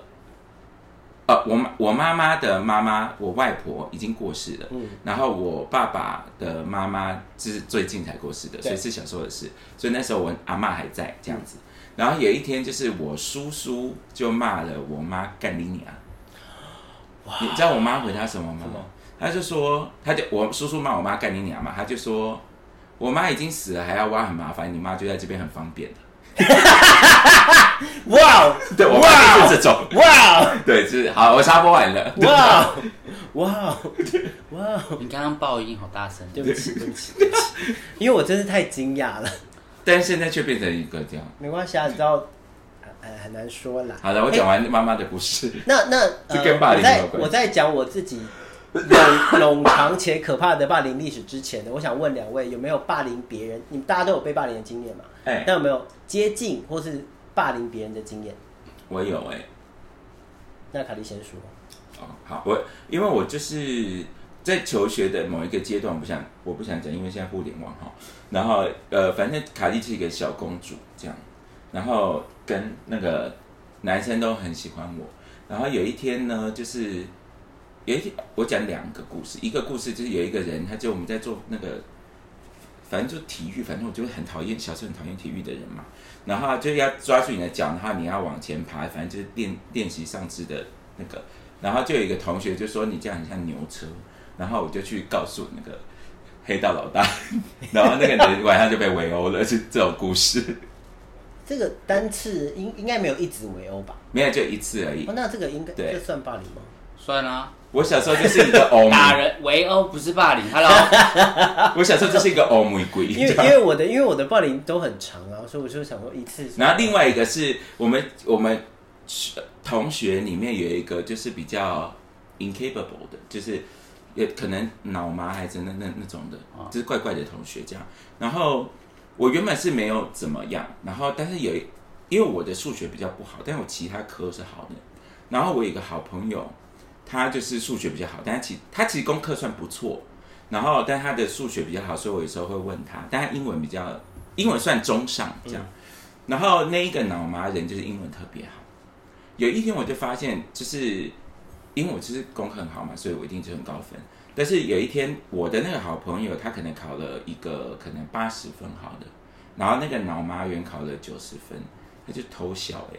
[SPEAKER 3] 呃，我妈我妈妈的妈妈，我外婆已经过世了，然后我爸爸的妈妈是最近才过世的，所以是小时候的事，所以那时候我阿妈还在这样子。然后有一天，就是我叔叔就骂了我妈干你娘，你知道我妈回他什么吗？他就说，他就我叔叔骂我妈干你娘嘛，他就说我妈已经死了还要挖很麻烦，你妈就在这边很方便的。
[SPEAKER 4] 哇哦，
[SPEAKER 3] 对，我妈
[SPEAKER 4] 哇
[SPEAKER 3] 就是这种。
[SPEAKER 4] 哇哦
[SPEAKER 3] 对，就是好，我插播完了。对
[SPEAKER 4] 哇哦哇哦哇哦！
[SPEAKER 2] 你刚刚爆音好大声，
[SPEAKER 4] 对不起，对不起，对不起，因为我真是太惊讶了。
[SPEAKER 3] 但是现在却变成一个这样。
[SPEAKER 4] 没关系啊，你知道，很很难说啦。
[SPEAKER 3] 好了，我讲完妈妈的故事。
[SPEAKER 4] 那那
[SPEAKER 3] 这
[SPEAKER 4] 呃
[SPEAKER 3] 跟霸凌
[SPEAKER 4] 我在
[SPEAKER 3] 有关系
[SPEAKER 4] 我在讲我自己冗冗长且可怕的霸凌历史之前呢，我想问两位有没有霸凌别人？你们大家都有被霸凌的经验嘛？
[SPEAKER 3] 哎
[SPEAKER 4] 那有没有接近或是霸凌别人的经验？
[SPEAKER 3] 我有哎、
[SPEAKER 4] 那卡莉先说。
[SPEAKER 3] 哦，好，我因为我就是在求学的某一个阶段，我不想我不想讲，因为现在互联网哈。然后呃，反正卡莉是一个小公主这样，然后跟那个男生都很喜欢我。然后有一天呢，就是有一天我讲两个故事，一个故事就是有一个人，他就我们在做那个。反正就体育，反正我就会很讨厌，小时候很讨厌体育的人嘛。然后他就要抓住你的脚，然后你要往前爬，反正就是练练习上肢的那个。然后就有一个同学就说你这样很像牛车，然后我就去告诉那个黑道老大， 然后那个人晚上就被围殴了，是这种故事，
[SPEAKER 4] 这个单次应应该没有一直围殴吧？
[SPEAKER 3] 没有就一次而已
[SPEAKER 4] 哦，。那这个应该
[SPEAKER 3] 对
[SPEAKER 4] 这算霸凌吗？
[SPEAKER 2] 算啦，
[SPEAKER 3] 我小时候就是一个欧米，
[SPEAKER 2] 打人围殴不是霸凌，Hello，
[SPEAKER 3] 我小时候就是一个 欧米鬼。
[SPEAKER 4] 因为因为我的因为我的霸凌都很长啊，所以我就想说一次。
[SPEAKER 3] 然后另外一个是我们我们同学里面有一个就是比较 incapable 的，就是也可能脑麻还是那那那种的，就是怪怪的同学这样。然后我原本是没有怎么样，然后但是有一因为我的数学比较不好，但我其他科是好的。然后我有一个好朋友，他就是数学比较好，但他其他其实功课算不错，然后但他的数学比较好，所以我有时候会问他，但他英文比较英文算中上这样。然后那一个脑麻人就是英文特别好。有一天我就发现，就是因为我就是功课很好嘛，所以我一定就很高分。但是有一天，我的那个好朋友他可能考了一个可能八十分好的，然后那个脑麻人考了九十分，他就偷笑哎、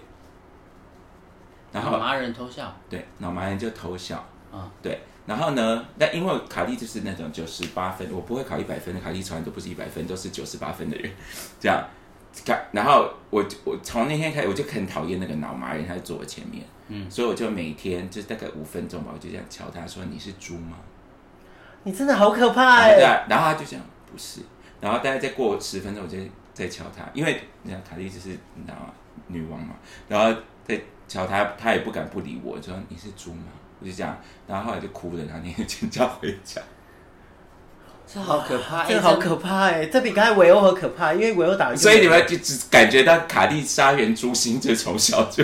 [SPEAKER 3] 然后
[SPEAKER 2] 麻人偷笑，
[SPEAKER 3] 对脑麻人就偷笑，
[SPEAKER 2] 嗯
[SPEAKER 3] 对。然后呢？但因为卡莉就是那种九十八分，我不会考一百分的卡莉，从来都不是一百分，都是九十八分的人， 这样。看，然后我我从那天开始我就很讨厌那个脑麻人，他就坐我前面，嗯，所以我就每天就大概五分钟吧，我就这样瞧他说你是猪吗？
[SPEAKER 4] 你真的好可怕
[SPEAKER 3] 然
[SPEAKER 4] 哎、
[SPEAKER 3] 后对啊，然后他就这样不是，然后大概再过十分钟我就再瞧他，因为你看卡莉就是你知道吗，女王嘛，然后再瞧他，他也不敢不理我，就说你是猪吗？我就这样，然后后来就哭了，然后那天就叫回家。
[SPEAKER 2] 这好可 怕，
[SPEAKER 4] 这
[SPEAKER 2] 哎
[SPEAKER 4] 个好可怕哎、这比刚才围殴和可怕，因为围殴打人就
[SPEAKER 3] 所以你们就只感觉到卡莉杀人诛心，就从小就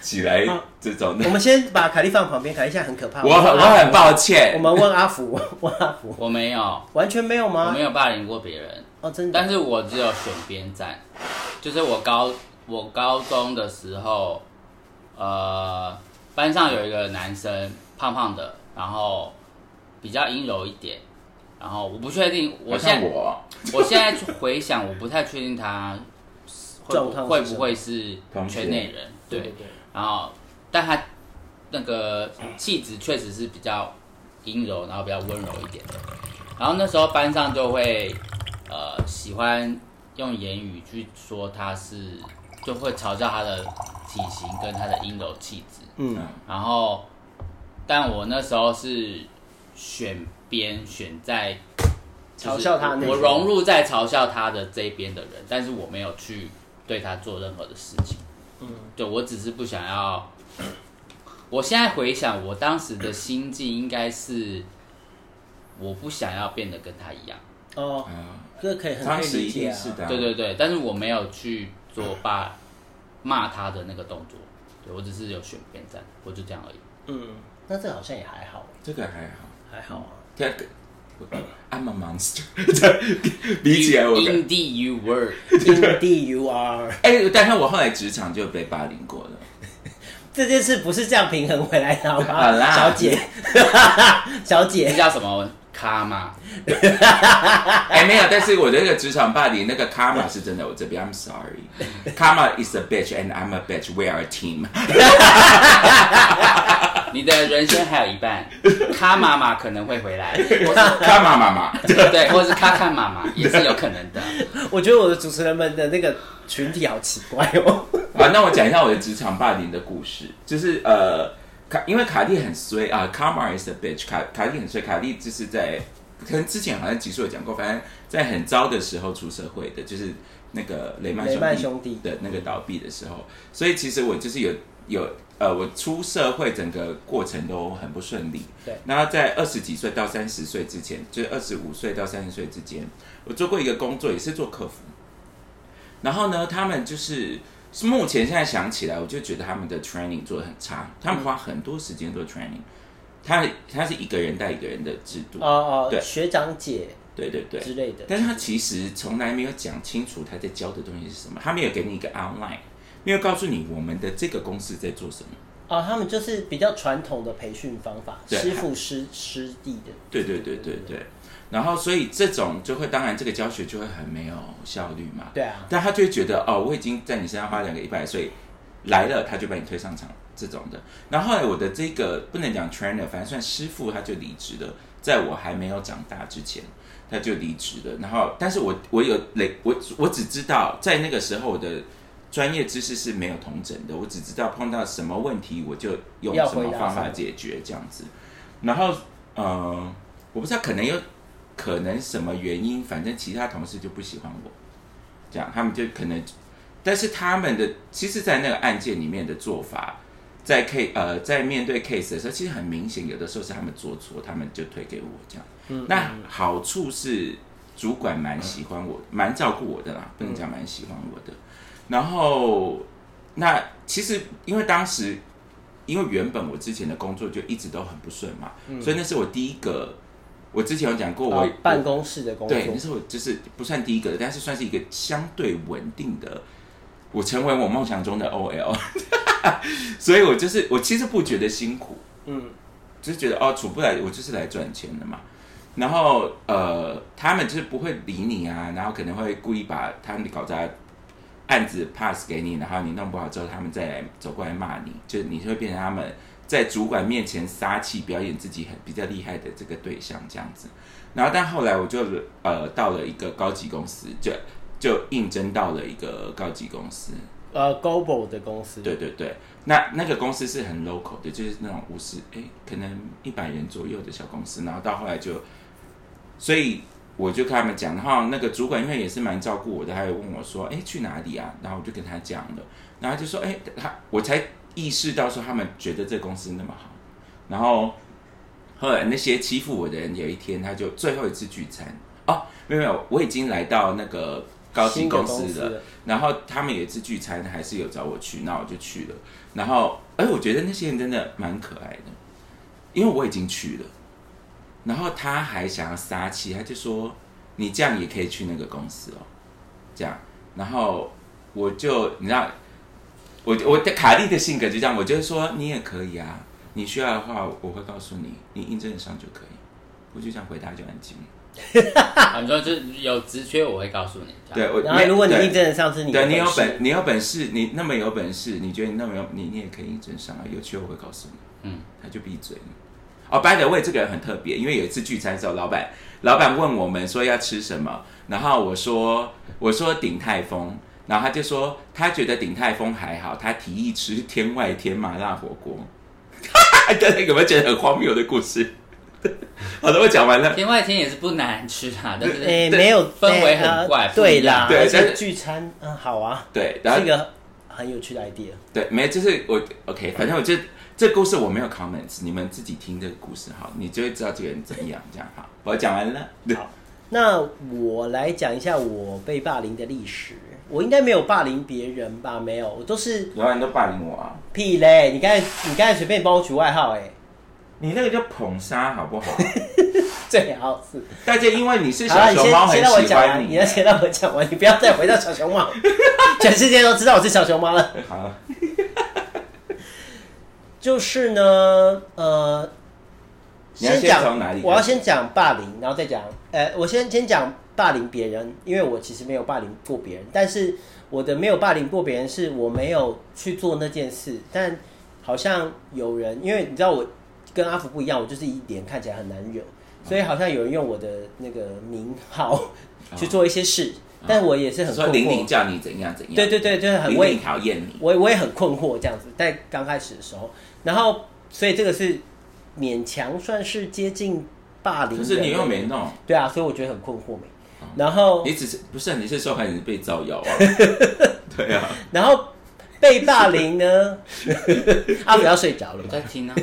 [SPEAKER 3] 起来这种的
[SPEAKER 4] 我。们先把凯莉放旁边，凯莉现在很可怕。
[SPEAKER 3] 我
[SPEAKER 4] 们
[SPEAKER 3] 很
[SPEAKER 4] 问
[SPEAKER 3] 我
[SPEAKER 4] 阿福
[SPEAKER 3] 很抱
[SPEAKER 4] 我
[SPEAKER 3] 歉，
[SPEAKER 4] 们问阿福， 问阿福，
[SPEAKER 2] 我没有，
[SPEAKER 4] 完全没有
[SPEAKER 2] 我
[SPEAKER 4] 吗
[SPEAKER 2] 没？有霸凌过别人，
[SPEAKER 4] 哦，真的。
[SPEAKER 2] 但是我只有选边站，就是我高我高中的时候，呃，班上有一个男生胖胖的，然后比较阴柔一点，然后我不确定，我
[SPEAKER 3] 我
[SPEAKER 2] 现
[SPEAKER 3] 像
[SPEAKER 2] 在
[SPEAKER 3] 我
[SPEAKER 2] 我现在回想，我不太确定他会
[SPEAKER 4] 状
[SPEAKER 2] 不
[SPEAKER 4] 况是什么
[SPEAKER 2] 会不会是
[SPEAKER 3] 同学
[SPEAKER 2] 圈内人，对，
[SPEAKER 4] 对，
[SPEAKER 2] 然后但他那个气质确实是比较阴柔，然后比较温柔一点的。然后那时候班上就会呃喜欢用言语去说他是，就会嘲笑他的体型跟他的阴柔气质。
[SPEAKER 4] 嗯，
[SPEAKER 2] 然后，但我那时候是选边选在就是
[SPEAKER 4] 嘲笑他那
[SPEAKER 2] 我融入在嘲笑他的这一边的人，但是我没有去对他做任何的事情。嗯，对我只是不想要。我现在回想，我当时的心境应该是，我不想要变得跟他一样。
[SPEAKER 4] 哦，
[SPEAKER 3] 啊，
[SPEAKER 4] 这可以很
[SPEAKER 3] 当
[SPEAKER 4] 可以
[SPEAKER 3] 时一
[SPEAKER 4] 理解
[SPEAKER 3] 定
[SPEAKER 4] 啊。
[SPEAKER 3] 是的啊，
[SPEAKER 2] 对对对，但是我没有去做把骂他的那个动作，对我只是有选边站，我就这样而已。
[SPEAKER 4] 嗯，那这好像也还好，
[SPEAKER 3] 这个还好。
[SPEAKER 4] 还好啊。
[SPEAKER 3] 第二个我，I'm a monster，比起来我感
[SPEAKER 2] Indeed you were，
[SPEAKER 3] 嗯
[SPEAKER 4] Indeed you are。
[SPEAKER 3] 哎、但是我后来职场就被霸凌过了。
[SPEAKER 4] 这件事不是这样平衡回来的好吗？
[SPEAKER 3] 好啦
[SPEAKER 4] 小姐， 小
[SPEAKER 2] 这
[SPEAKER 4] 姐，
[SPEAKER 2] 叫什么卡嘛？
[SPEAKER 3] 哎、没有，但是我的那个职场霸凌那个 karma 是真的，我这边 I'm sorry。Karma is a bitch and I'm a bitch. We are a team.
[SPEAKER 2] 你的人生还有一半，卡妈妈可能会回来，或是
[SPEAKER 3] Karma 妈妈，
[SPEAKER 2] 对，或是卡卡妈妈也是有可能的。
[SPEAKER 4] 我觉得我的主持人们的那个群体好奇怪 哦。
[SPEAKER 3] 好，那我讲一下我的职场霸凌的故事，就是呃，卡因为卡蒂很衰啊、k a r m a is a bitch 卡。卡蒂很衰，卡蒂就是在可能之前好像集数有讲过，反正在很糟的时候出社会的，就是那个雷曼
[SPEAKER 4] 雷曼
[SPEAKER 3] 兄
[SPEAKER 4] 兄
[SPEAKER 3] 弟
[SPEAKER 4] 弟
[SPEAKER 3] 的那个倒闭的时候，所以其实我就是有有呃，我出社会整个过程都很不顺利。
[SPEAKER 4] 对
[SPEAKER 3] 那在二十几岁到三十岁之前，就是二十五岁到三十岁之间，我做过一个工作，也是做客服。然后呢，他们就是目前现在想起来，我就觉得他们的 training 做的很差，他们花很多时间做 training，他他是一个人带一个人的制度，
[SPEAKER 4] 哦
[SPEAKER 3] 对
[SPEAKER 4] 哦，学长姐
[SPEAKER 3] 对对对，
[SPEAKER 4] 之类的。
[SPEAKER 3] 但是他其实从来没有讲清楚他在教的东西是什么，他没有给你一个 outline，没有告诉你我们的这个公司在做什么。
[SPEAKER 4] 哦，他们就是比较传统的培训方法，
[SPEAKER 3] 对
[SPEAKER 4] 师傅师师弟的。
[SPEAKER 3] 对对对对对。然后，所以这种就会，当然这个教学就会很没有效率嘛。
[SPEAKER 4] 对啊
[SPEAKER 3] 但他就会觉得，哦，我已经在你身上花两个礼拜，所以来了他就把你推上场这种的。然后后来我的这个不能讲 trainer，反正算师傅，他就离职了，在我还没有长大之前。他就离职了，然后，但是我我有累，我我只知道在那个时候我的专业知识是没有同整的，我只知道碰到什么问题我就用
[SPEAKER 4] 要
[SPEAKER 3] 什么
[SPEAKER 4] 回答
[SPEAKER 3] 方
[SPEAKER 4] 什
[SPEAKER 3] 法
[SPEAKER 4] 么
[SPEAKER 3] 解决这样子。然后，呃，我不知道，可能有可能什么原因，反正其他同事就不喜欢我，这样他们就可能，但是他们的其实，在那个案件里面的做法，在 K 呃在面对 case 的时候，其实很明显，有的时候是他们做错，他们就推给我这样。那好处是主管蛮喜欢我，蛮照顾我的啦，不能讲蛮喜欢我的。然后那其实因为当时因为原本我之前的工作就一直都很不顺嘛，所以那是我第一个。我之前有讲过我，
[SPEAKER 4] 哦
[SPEAKER 3] 我
[SPEAKER 4] 办公室的工作，
[SPEAKER 3] 对，那是我就是不算第一个的，但是算是一个相对稳定的，我成为我梦想中的 OL，所以我就是我其实不觉得辛苦，
[SPEAKER 4] 嗯，
[SPEAKER 3] 就是觉得哦处不来，我就是来赚钱的嘛。然后呃，他们就是不会理你啊，然后可能会故意把他们搞砸案子 pass 给你，然后你弄不好之后，他们再来走过来骂你，就是你就会变成他们在主管面前撒气，表演自己很比较厉害的这个对象这样子。然后但后来我就呃到了一个高级公司，就就应征到了一个高级公司，
[SPEAKER 4] 呃 g o b o 的公司，
[SPEAKER 3] 对对对，那那个公司是很 local 的，就是那种五十哎，可能一百人左右的小公司。然后到后来就，所以我就跟他们讲，然后那个主管因为也是蛮照顾我的，他有问我说，哎，去哪里啊？然后我就跟他讲了，然后他就说，哎，他我才意识到说他们觉得这公司那么好。然后后来那些欺负我的人，有一天他就最后一次聚餐哦，没有没有，我已经来到那个高级
[SPEAKER 4] 新的
[SPEAKER 3] 公
[SPEAKER 4] 公
[SPEAKER 3] 司
[SPEAKER 4] 司
[SPEAKER 3] 了
[SPEAKER 4] 了。
[SPEAKER 3] 然后他们有一次聚餐，还是有找我去，那我就去了。然后，哎，我觉得那些人真的蛮可爱的，因为我已经去了。然后他还想要撒气，他就说：“你这样也可以去那个公司哦。”这样，然后我就你知道，我我的卡莉的性格就这样，我就说你也可以啊，你需要的话我会告诉你，你应征得上就可以。我就这样回答就安静了。
[SPEAKER 2] 啊你说就是有职缺，我会告诉你。这样
[SPEAKER 3] 对，我
[SPEAKER 4] 然后如果你
[SPEAKER 3] 对
[SPEAKER 4] 应征得上是你的
[SPEAKER 3] 对你有
[SPEAKER 4] 事
[SPEAKER 3] 本，你有本事，你那么有本事，你觉得你那么有，你你也可以应征上啊。有缺我会告诉你，
[SPEAKER 2] 嗯，
[SPEAKER 3] 他就闭嘴了。哦、b y the way，这个人很特别，因为有一次聚餐的时候，老板老板问我们说要吃什么，然后我说我说鼎泰丰，然后他就说他觉得鼎泰丰还好，他提议 吃天外天麻辣火锅。大家有没有觉得很荒谬的故事？ 好的，我讲完了。
[SPEAKER 2] 天外天也是不难吃啦，但是
[SPEAKER 4] 哎，没有
[SPEAKER 2] 氛围很怪
[SPEAKER 4] 哎啊
[SPEAKER 2] 不一
[SPEAKER 4] 对啦
[SPEAKER 2] 样，
[SPEAKER 3] 对
[SPEAKER 4] 而
[SPEAKER 3] 但
[SPEAKER 4] 且
[SPEAKER 3] 是
[SPEAKER 4] 聚餐，嗯，好啊，
[SPEAKER 3] 对，然后
[SPEAKER 4] 是一个很有趣的 idea。
[SPEAKER 3] 对，没，就是我 OK，反正我这这故事我没有 comments，你们自己听这个故事好，你就会知道这个人怎么样。这样好，我讲完了。对
[SPEAKER 4] 好，那我来讲一下我被霸凌的历史。我应该没有霸凌别人吧？没有，我都是
[SPEAKER 3] 有人都霸凌我啊，
[SPEAKER 4] 屁嘞！你刚才你刚才随便帮我取外号、哎，
[SPEAKER 3] 你那个叫捧杀好不 好？
[SPEAKER 4] 最好是。
[SPEAKER 3] 大家因为你是
[SPEAKER 4] 好了，
[SPEAKER 3] 小
[SPEAKER 4] 你
[SPEAKER 3] 熊猫，
[SPEAKER 4] 先先
[SPEAKER 3] 很
[SPEAKER 4] 让我
[SPEAKER 3] 喜
[SPEAKER 4] 讲
[SPEAKER 3] 欢
[SPEAKER 4] 完，你要先让我讲完，你不要再回到小熊猫，全世界都知道我是小熊猫了。
[SPEAKER 3] 好，
[SPEAKER 4] 就是呢，呃，
[SPEAKER 3] 你要先
[SPEAKER 4] 讲
[SPEAKER 3] 从哪里开始
[SPEAKER 4] 我要先讲霸凌，然后再讲，呃，我先先讲霸凌别人，因为我其实没有霸凌过别人，但是我的没有霸凌过别人是我没有去做那件事，但好像有人，因为你知道我跟阿福不一样，我就是一脸看起来很难惹，
[SPEAKER 3] 哦
[SPEAKER 4] 所以好像有人用我的那个名号去做一些事，但我也是很
[SPEAKER 3] 说
[SPEAKER 4] 困
[SPEAKER 3] 玲玲
[SPEAKER 4] 惑。
[SPEAKER 3] 哦叫你怎样怎样，
[SPEAKER 4] 对对对就是很
[SPEAKER 3] 玲
[SPEAKER 4] 为
[SPEAKER 3] 玲讨厌你。
[SPEAKER 4] 我我也很困惑这样子，在刚开始的时候，然后所以这个是勉强算是接近霸凌，
[SPEAKER 3] 可是你又没，弄，哦
[SPEAKER 4] 对啊，所以我觉得很困惑没。然后
[SPEAKER 3] 你只是不是你是受害人被造谣啊？ 对啊，
[SPEAKER 4] 然后被霸凌呢， 阿福要睡着了
[SPEAKER 2] 我
[SPEAKER 4] 嘛？
[SPEAKER 2] 在听啊，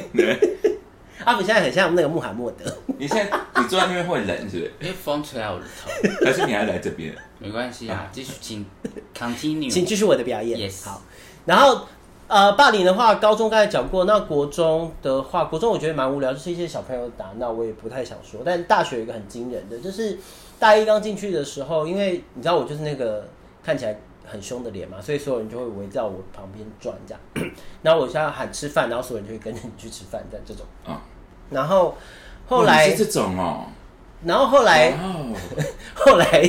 [SPEAKER 4] 阿福现在很像那个穆罕默德，
[SPEAKER 3] 你现在你坐在那边会冷是不是？
[SPEAKER 2] 因为风吹来我的头，
[SPEAKER 3] 还是你还来这边？
[SPEAKER 2] 没关系啊，继续请
[SPEAKER 4] 请
[SPEAKER 2] continue。
[SPEAKER 4] 继续我的表演。
[SPEAKER 2] 嗯 Yes
[SPEAKER 4] 好，然后呃，霸凌的话，高中刚才讲过，那国中的话，国中我觉得蛮无聊，就是一些小朋友打闹，我也不太想说。但大学有一个很惊人的，就是大一刚进去的时候，因为你知道我就是那个看起来很凶的脸嘛，所以所有人就会围在我旁边转这样。 然后我现在喊吃饭，然后所有人就会跟着你去吃饭，这样这种。
[SPEAKER 3] 啊，
[SPEAKER 4] 然后后来，
[SPEAKER 3] 哦你是这种哦，
[SPEAKER 4] 然后后来，
[SPEAKER 3] 哦
[SPEAKER 4] 后来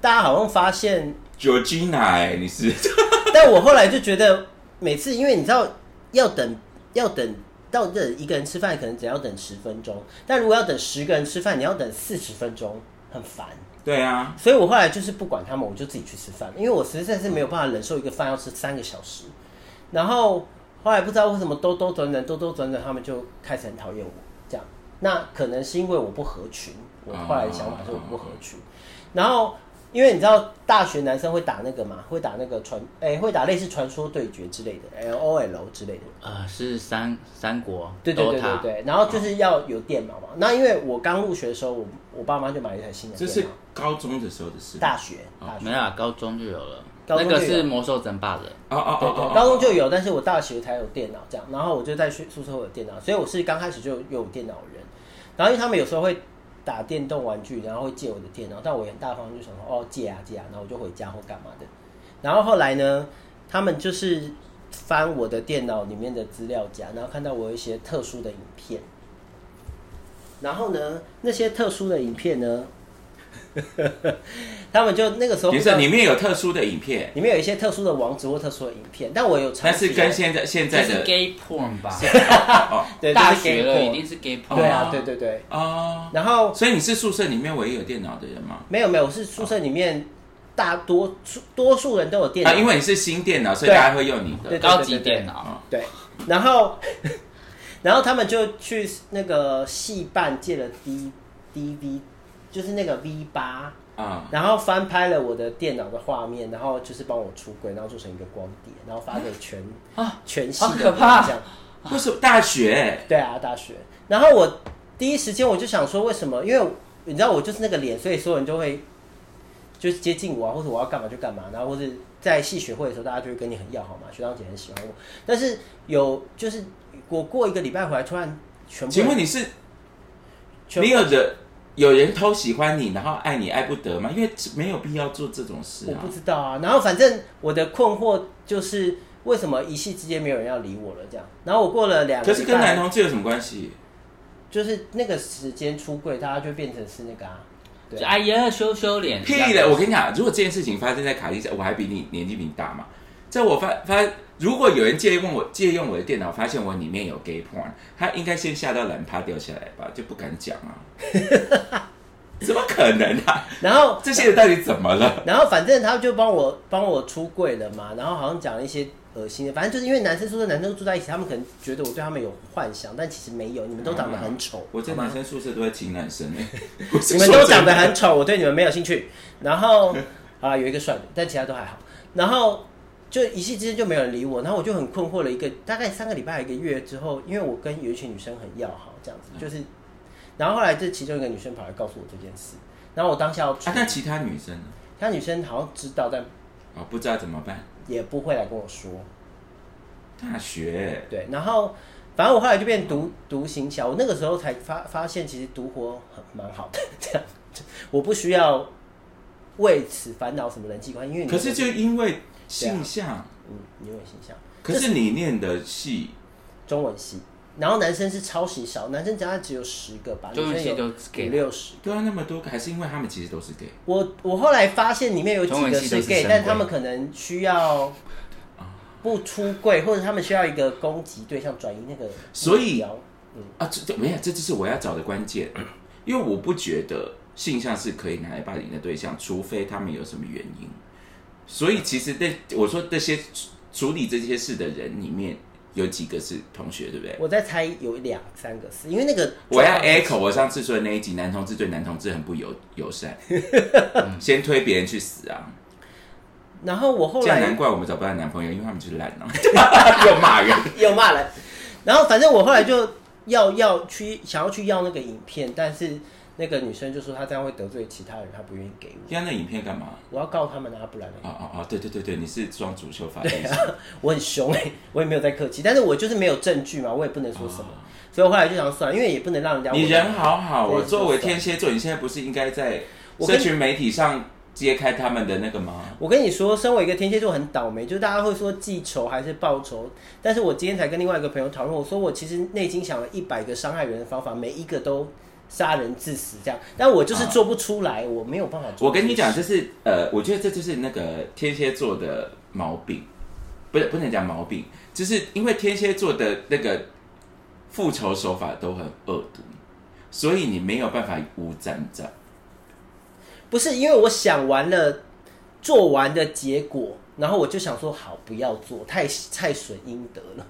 [SPEAKER 4] 大家好像发现
[SPEAKER 3] ，Georgina，哎你是
[SPEAKER 4] 但我后来就觉得，每次因为你知道要等要等到这一个人吃饭，可能只要等十分钟，但如果要等十个人吃饭，你要等四十分钟，很烦。
[SPEAKER 3] 对啊，
[SPEAKER 4] 所以我后来就是不管他们，我就自己去吃饭，因为我实在是没有办法忍受一个饭要吃三个小时。然后后来不知道为什么兜兜转转兜兜转转，他们就开始很讨厌我这样。那可能是因为我不合群，我后来想法是我不合群。然后因为你知道大学男生会打那个嘛，会打那个传，哎、会打类似传说对决之类的，L O L 之类的。
[SPEAKER 2] 呃，是三三国，
[SPEAKER 4] 对对对
[SPEAKER 2] Dota
[SPEAKER 4] 对对，然后就是要有电脑嘛。那因为我刚入学的时候，我我爸妈就买了一台新的
[SPEAKER 3] 这
[SPEAKER 4] 电
[SPEAKER 3] 是
[SPEAKER 4] 脑。
[SPEAKER 3] 高中的时候的事。
[SPEAKER 4] 大学，大学
[SPEAKER 2] 没有啊，高中就有了，
[SPEAKER 4] 高
[SPEAKER 2] 那
[SPEAKER 4] 中就有
[SPEAKER 2] 个是魔兽争霸的。
[SPEAKER 3] 哦哦
[SPEAKER 4] 对
[SPEAKER 3] 哦
[SPEAKER 4] 对，
[SPEAKER 3] 哦，
[SPEAKER 4] 高中就有，但是我大学才有电脑这样，然后我就在宿宿舍会有电脑，所以我是刚开始就有有电脑的人。然后因为他们有时候会打电动玩具，然后会借我的电脑，但我也很大方，就想说哦借啊借啊，然后我就回家或干嘛的。然后后来呢，他们就是翻我的电脑里面的资料夹，然后看到我有一些特殊的影片。然后呢，那些特殊的影片呢， 他们就那个时候
[SPEAKER 3] 你
[SPEAKER 4] 不知道
[SPEAKER 3] 说啊里面有特殊的影片，
[SPEAKER 4] 里面有一些特殊的网址或特殊的影片，但我有尝
[SPEAKER 3] 但
[SPEAKER 4] 试
[SPEAKER 3] 是
[SPEAKER 4] 过。
[SPEAKER 3] 跟现在现
[SPEAKER 2] 这
[SPEAKER 3] 在
[SPEAKER 2] 是
[SPEAKER 3] 的
[SPEAKER 2] gay porn 吧？
[SPEAKER 3] 哦
[SPEAKER 4] 对
[SPEAKER 2] 大
[SPEAKER 4] 就是 gay
[SPEAKER 2] 学了，
[SPEAKER 4] porn
[SPEAKER 2] 一定是 gay
[SPEAKER 4] 对
[SPEAKER 2] porn
[SPEAKER 3] 哦，
[SPEAKER 4] 啊对对对。
[SPEAKER 3] 哦，
[SPEAKER 4] 然后
[SPEAKER 3] 所以你是宿舍里面唯一有电脑的人吗？
[SPEAKER 4] 没有没有，我是宿舍里面大多数多数人都有电脑，
[SPEAKER 3] 啊，因为你是新电脑，所以
[SPEAKER 4] 对啊
[SPEAKER 3] 大家会用你的
[SPEAKER 4] 对。
[SPEAKER 2] 高级啊电脑
[SPEAKER 3] 哦，
[SPEAKER 4] 对，然后 然后他们就去那个戏办借了 D D V，就是那个 V 八，
[SPEAKER 3] 啊，
[SPEAKER 4] 然后翻拍了我的电脑的画面，然后就是帮我出轨，然后做成一个光碟，然后发给全
[SPEAKER 2] 啊
[SPEAKER 4] 全系的
[SPEAKER 2] 好
[SPEAKER 4] 人
[SPEAKER 2] 可怕
[SPEAKER 4] 这样。
[SPEAKER 3] 为什么大学？
[SPEAKER 4] 对啊，大学。然后我第一时间我就想说，为什么？因为你知道我就是那个脸，所以所有人就会就是接近我啊，或者我要干嘛就干嘛，然后或者在系学会的时候，大家就会跟你很要好嘛，学长姐很喜欢我。但是有就是我过一个礼拜回来，突然全部
[SPEAKER 3] 请问你是
[SPEAKER 4] 全
[SPEAKER 3] 没
[SPEAKER 4] 部
[SPEAKER 3] 有人有人偷喜欢你，然后爱你爱不得吗？因为没有必要做这种事
[SPEAKER 4] 我
[SPEAKER 3] 啊
[SPEAKER 4] 不。知道啊。然后反正我的困惑就是为什么一夕之间没有人要理我了这样。然后我过了两个
[SPEAKER 3] 可
[SPEAKER 4] 礼拜，
[SPEAKER 3] 是跟男同志有什么关系？
[SPEAKER 4] 就是那个时间出柜，大家就变成是那个啊，对
[SPEAKER 2] 就哎呀，羞羞脸。啊
[SPEAKER 3] 屁的！我跟你讲，如果这件事情发生在卡莉家，我还比你年纪比你大嘛。在我发发，如果有人借用我借用我的电脑，发现我里面有 gay porn，他应该先吓到懒趴掉下来吧，就不敢讲啊。怎么可能啊？
[SPEAKER 4] 然后
[SPEAKER 3] 这些人到底怎么了？
[SPEAKER 4] 然后反正他就帮我帮我出柜了嘛，然后好像讲了一些恶心的，反正就是因为男生宿舍男生住在一起，他们可能觉得我对他们有幻想，但其实没有，你们都长得很丑，
[SPEAKER 3] 嗯我在
[SPEAKER 4] 好吗
[SPEAKER 3] 男生宿舍都会请男生 哎、
[SPEAKER 4] 你
[SPEAKER 3] 你
[SPEAKER 4] 们都长 得很丑，我对你们没有兴趣。然后啊，有一个帅的，但其他都还好。然后就一夕之间就没有人理我，然后我就很困惑了一个大概三个礼拜、一个月之后，因为我跟有一群女生很要好，这样子就是，然后后来这其中一个女生跑来告诉我这件事，然后我当下要处
[SPEAKER 3] 啊
[SPEAKER 4] 理，，
[SPEAKER 3] 那其他女生呢？
[SPEAKER 4] 其他女生好像知道，但
[SPEAKER 3] 哦，不知道怎么办。
[SPEAKER 4] 也不会来跟我说。
[SPEAKER 3] 大学
[SPEAKER 4] 对，然后反正我后来就变独独行侠，我那个时候才发发现，其实独活很蛮好的， 这样我不需要为此烦恼什么人际关系，因为你
[SPEAKER 3] 可是就因为性向，
[SPEAKER 4] 嗯，你有形象，
[SPEAKER 3] 可是你念的系
[SPEAKER 4] 中文系，然后男生是超级少，男生加只有十个吧，
[SPEAKER 2] 中文
[SPEAKER 4] 女
[SPEAKER 2] 系
[SPEAKER 4] 生
[SPEAKER 2] 都是
[SPEAKER 4] 有
[SPEAKER 2] gay
[SPEAKER 4] 五六十。
[SPEAKER 3] 对啊那么多个，还是因为他们其实都是 gay
[SPEAKER 4] 我我后来发现里面有几
[SPEAKER 2] 中文
[SPEAKER 4] 个
[SPEAKER 2] 系都
[SPEAKER 4] 是
[SPEAKER 2] 是
[SPEAKER 4] gay，
[SPEAKER 2] 深
[SPEAKER 4] 但
[SPEAKER 2] 闺
[SPEAKER 4] 他们可能需要不出柜，或者他们需要一个攻击对象转移那个目标，
[SPEAKER 3] 所以啊？这这没有，这就是我要找的关键，因为我不觉得性向是可以拿来霸凌的对象，除非他们有什么原因。所以其实那我说这些处理这些事的人里面，有几个是同学，对不对？
[SPEAKER 4] 我在猜有两三个是因为那个
[SPEAKER 3] 我要
[SPEAKER 4] 状况
[SPEAKER 3] echo 我上次说的那一集，男同志对男同志很不友友 善，先推别人去死啊！
[SPEAKER 4] 然后我后
[SPEAKER 3] 这样难
[SPEAKER 4] 来
[SPEAKER 3] 怪我们找不到男朋友，因为他们就是烂啊， 又骂人。
[SPEAKER 4] 又骂人，然后反正我后来就要要去想要去要那个影片，但是那个女生就说她这样会得罪其他人，她不愿意给我，
[SPEAKER 3] 要那影片干嘛？
[SPEAKER 4] 我要告他们啊，不然呢
[SPEAKER 3] 哦哦哦，对对对对，你是双主修法律，
[SPEAKER 4] 我很凶哎、 我也没有在客气，但是我就是没有证据嘛，我也不能说什么，所以我后来就想算了，因为也不能让人家
[SPEAKER 3] 啊你
[SPEAKER 4] 我
[SPEAKER 3] 人好好哦。
[SPEAKER 4] 对
[SPEAKER 3] 作为天蝎座，你现在不是应该在
[SPEAKER 4] 我
[SPEAKER 3] 社
[SPEAKER 4] 跟
[SPEAKER 3] 群媒体上揭开他们的那个吗？
[SPEAKER 4] 我跟你说，身为一个天蝎座很倒霉，就是大家会说记仇还是报仇，但是我今天才跟另外一个朋友讨论，我说我其实内心想了一百个伤害人的方法，每一个都杀人致死这样，但我就是做不出来，我没有办法做。
[SPEAKER 3] 我跟你讲，，这是呃，我觉得这就是那个天蝎座的毛病，不是不能讲毛病，就是因为天蝎座的那个复仇手法都很恶毒，所以你没有办法无战战。
[SPEAKER 4] 不是因为我想完了，做完的结果，然后我就想说好不要做，太太损阴德了。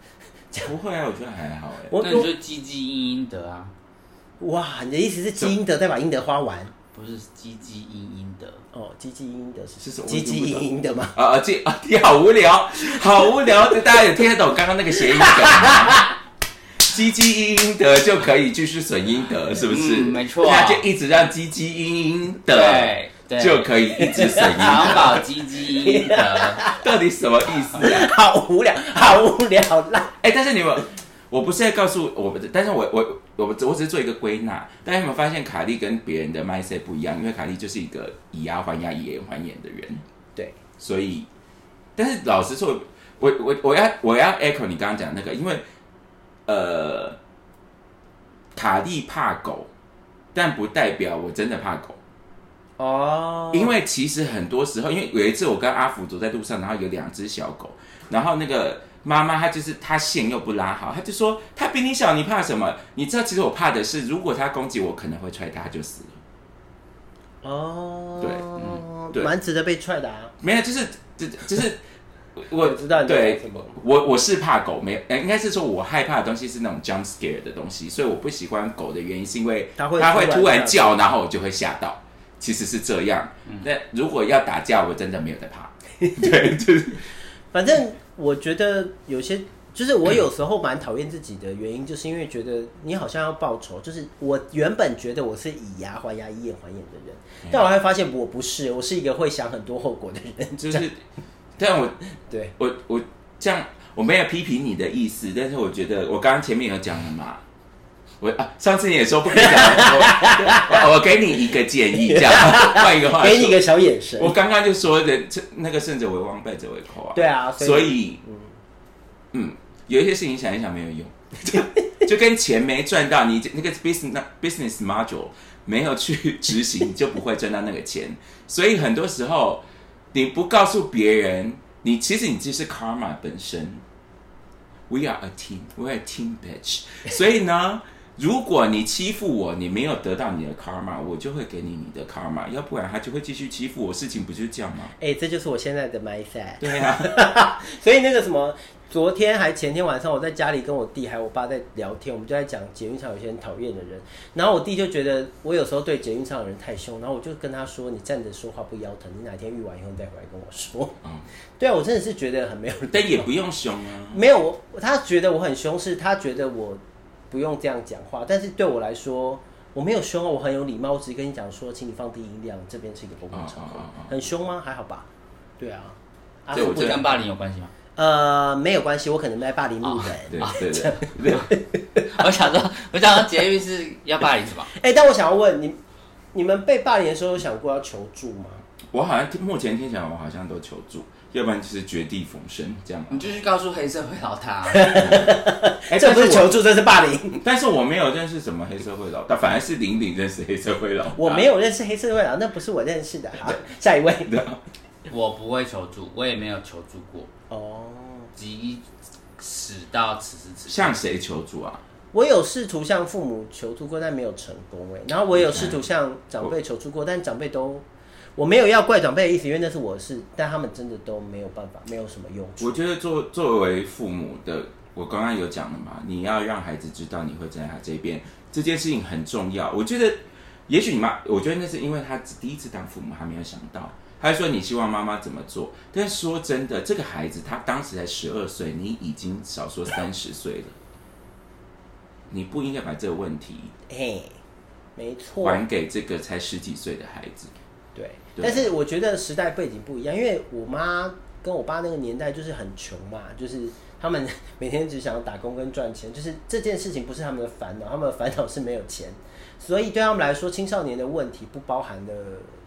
[SPEAKER 3] 不会啊，我觉得还好哎、
[SPEAKER 4] 我
[SPEAKER 2] 那你
[SPEAKER 4] 我
[SPEAKER 2] 就积积阴阴德啊，
[SPEAKER 4] 哇，你的意思是积阴德再把阴德花完
[SPEAKER 2] 不是积积阴阴德。
[SPEAKER 4] 哦，积积阴德
[SPEAKER 3] 是
[SPEAKER 4] 是
[SPEAKER 3] 什么
[SPEAKER 4] 积积阴阴德吗？
[SPEAKER 3] 啊啊，这啊，你好无聊，好无聊！大家有听得懂刚刚那个谐音梗吗？积积阴阴德就可以继续损阴德，是不是？
[SPEAKER 2] 嗯没错
[SPEAKER 3] 那就一直让积积阴阴德
[SPEAKER 2] 对对
[SPEAKER 3] 就可以一直损阴
[SPEAKER 2] 藏
[SPEAKER 3] 德，
[SPEAKER 2] 宝积积阴德。
[SPEAKER 3] 到底什么意思啊？
[SPEAKER 4] 好无聊，好无聊啦。
[SPEAKER 3] 哎、但是你们，我不是在告诉我，但是我我我我只是做一个归纳。大家有没有发现卡莉跟别人的 mindset 不一样？因为卡莉就是一个以牙还牙、以眼还眼的人，
[SPEAKER 4] 对，
[SPEAKER 3] 所以，但是老实说，我我我要我要 echo 你刚刚讲那个，因为呃，卡莉怕狗，但不代表我真的怕狗。
[SPEAKER 4] 哦，
[SPEAKER 3] 因为其实很多时候，因为有一次我跟阿福走在路上，然后有两只小狗，然后那个妈妈她就是她线又不拉好，她就说她比你小，你怕什么？你知道，其实我怕的是，如果它攻击我，可能会踹它，它就死了。
[SPEAKER 4] 哦，
[SPEAKER 3] 对嗯对
[SPEAKER 4] 蛮值得被踹的啊。
[SPEAKER 3] 没有，就是就就是我
[SPEAKER 4] 我知道你在
[SPEAKER 3] 对
[SPEAKER 4] 讲什么
[SPEAKER 3] 我我是怕狗，没有呃应该是说我害怕的东西是那种 jump scare 的东西，所以我不喜欢狗的原因是因为
[SPEAKER 4] 它会
[SPEAKER 3] 它会
[SPEAKER 4] 突
[SPEAKER 3] 突
[SPEAKER 4] 然
[SPEAKER 3] 然
[SPEAKER 4] 叫
[SPEAKER 3] 叫，
[SPEAKER 4] 嗯
[SPEAKER 3] 然后我就会吓到。其实是这样，那、如果要打架，我真的没有在怕。 对，就是
[SPEAKER 4] 反正我觉得有些，就是我有时候蛮讨厌自己的原因，就是因为觉得你好像要报仇。就是我原本觉得我是以牙还牙，以眼还眼的人，
[SPEAKER 3] 嗯
[SPEAKER 4] 但我还发现我不是，我是一个会想很多后果的人。
[SPEAKER 3] 就
[SPEAKER 4] 这 样
[SPEAKER 3] 是，但我
[SPEAKER 4] 对，
[SPEAKER 3] 我我这样我没有批评你的意思，但是我觉得我刚刚前面有讲了嘛，我啊上次你也说不可以讲，我我我给你一个建议，这 样换一个话说
[SPEAKER 4] 给你一个小眼神。
[SPEAKER 3] 我刚刚就说的这那个胜者为王败者为寇啊，
[SPEAKER 4] 对啊所以
[SPEAKER 3] 所以嗯有一些事情想一想没有用， 就就跟钱没赚到，你那个 business business module 没有去执行，你就不会赚到那个钱。 所以很多时候你不告诉别人，你其实你就是 karma 本身。We are a team, we are a team bitch。所以呢，如果你欺负我，你没有得到你的 karma，我就会给你你的 karma，要不然他就会继续欺负我。事情不就是这样吗？
[SPEAKER 4] 哎、这就是我现在的 mindset。
[SPEAKER 3] 对啊，
[SPEAKER 4] 所以那个什么，昨天还前天晚上，我在家里跟我弟还有我爸在聊天，我们就在讲捷运上有些很讨厌的人。然后我弟就觉得我有时候对捷运上的人太凶，然后我就跟他说：“你站着说话不腰疼，你哪天遇完以后你再回来跟我说。”
[SPEAKER 3] 嗯
[SPEAKER 4] 对啊，我真的是觉得很没有礼貌，
[SPEAKER 3] 但也不用凶啊。
[SPEAKER 4] 没有我，他觉得我很凶，是他觉得我不用这样讲话，但是对我来说。我没有凶啊，我很有礼貌，我只是跟你讲说，请你放低音量，这边是一个公共场合
[SPEAKER 3] 啊啊啊啊，
[SPEAKER 4] 很凶吗？还好吧，对啊，啊
[SPEAKER 3] 对我
[SPEAKER 2] 不跟霸凌有关系吗？
[SPEAKER 4] 呃，没有关系，我可能在霸凌路人。
[SPEAKER 3] 对对对对，
[SPEAKER 2] 我想说，我想说捷运是要霸凌什么？
[SPEAKER 4] 哎、但我想要问你，你们被霸凌的时候有想过要求助吗？
[SPEAKER 3] 我好像听目前听起来我好像都求助，要不然就是绝地逢生这样。
[SPEAKER 4] 嗯
[SPEAKER 2] 你就去告诉黑社会老大啊、
[SPEAKER 3] 哎
[SPEAKER 4] 这不是啊
[SPEAKER 3] 但
[SPEAKER 4] 求助，这是霸 凌。
[SPEAKER 3] 我，但是我没有认识什么黑社会老大，反而是玲玲认识黑社会老大。
[SPEAKER 4] 我没有认识黑社会啊，那不是我认识的。好， 下一位。
[SPEAKER 3] 对啊。
[SPEAKER 2] 我不会求助，我也没有求助过，
[SPEAKER 4] 哦，
[SPEAKER 2] 即使到此时此刻。
[SPEAKER 3] 向谁求助啊？
[SPEAKER 4] 我有试图向父母求助过，但没有成功哎。然后我也有试图向长辈求助过，但长辈都。我没有要怪长辈的意思，因为那是我的事，但他们真的都没有办法，没有什么用处。
[SPEAKER 3] 我觉得作作为父母的，我刚刚有讲了嘛，你要让孩子知道你会站在他这边，这件事情很重要。我觉得，也许你妈，我觉得那是因为他第一次当父母，还没有想到。他说：“你希望妈妈怎么做？”但说真的，这个孩子他当时才十二岁，你已经少说三十岁了，你不应该把这个问题
[SPEAKER 4] 嘿，没错。
[SPEAKER 3] 还给这个才十几岁的孩子。
[SPEAKER 4] 对，
[SPEAKER 3] 对
[SPEAKER 4] 但是我觉得时代背景不一样，因为我妈跟我爸那个年代就是很穷嘛，就是他们每天只想要打工跟赚钱，就是这件事情不是他们的烦恼，他们的烦恼是没有钱，所以对他们来说，青少年的问题不包含的，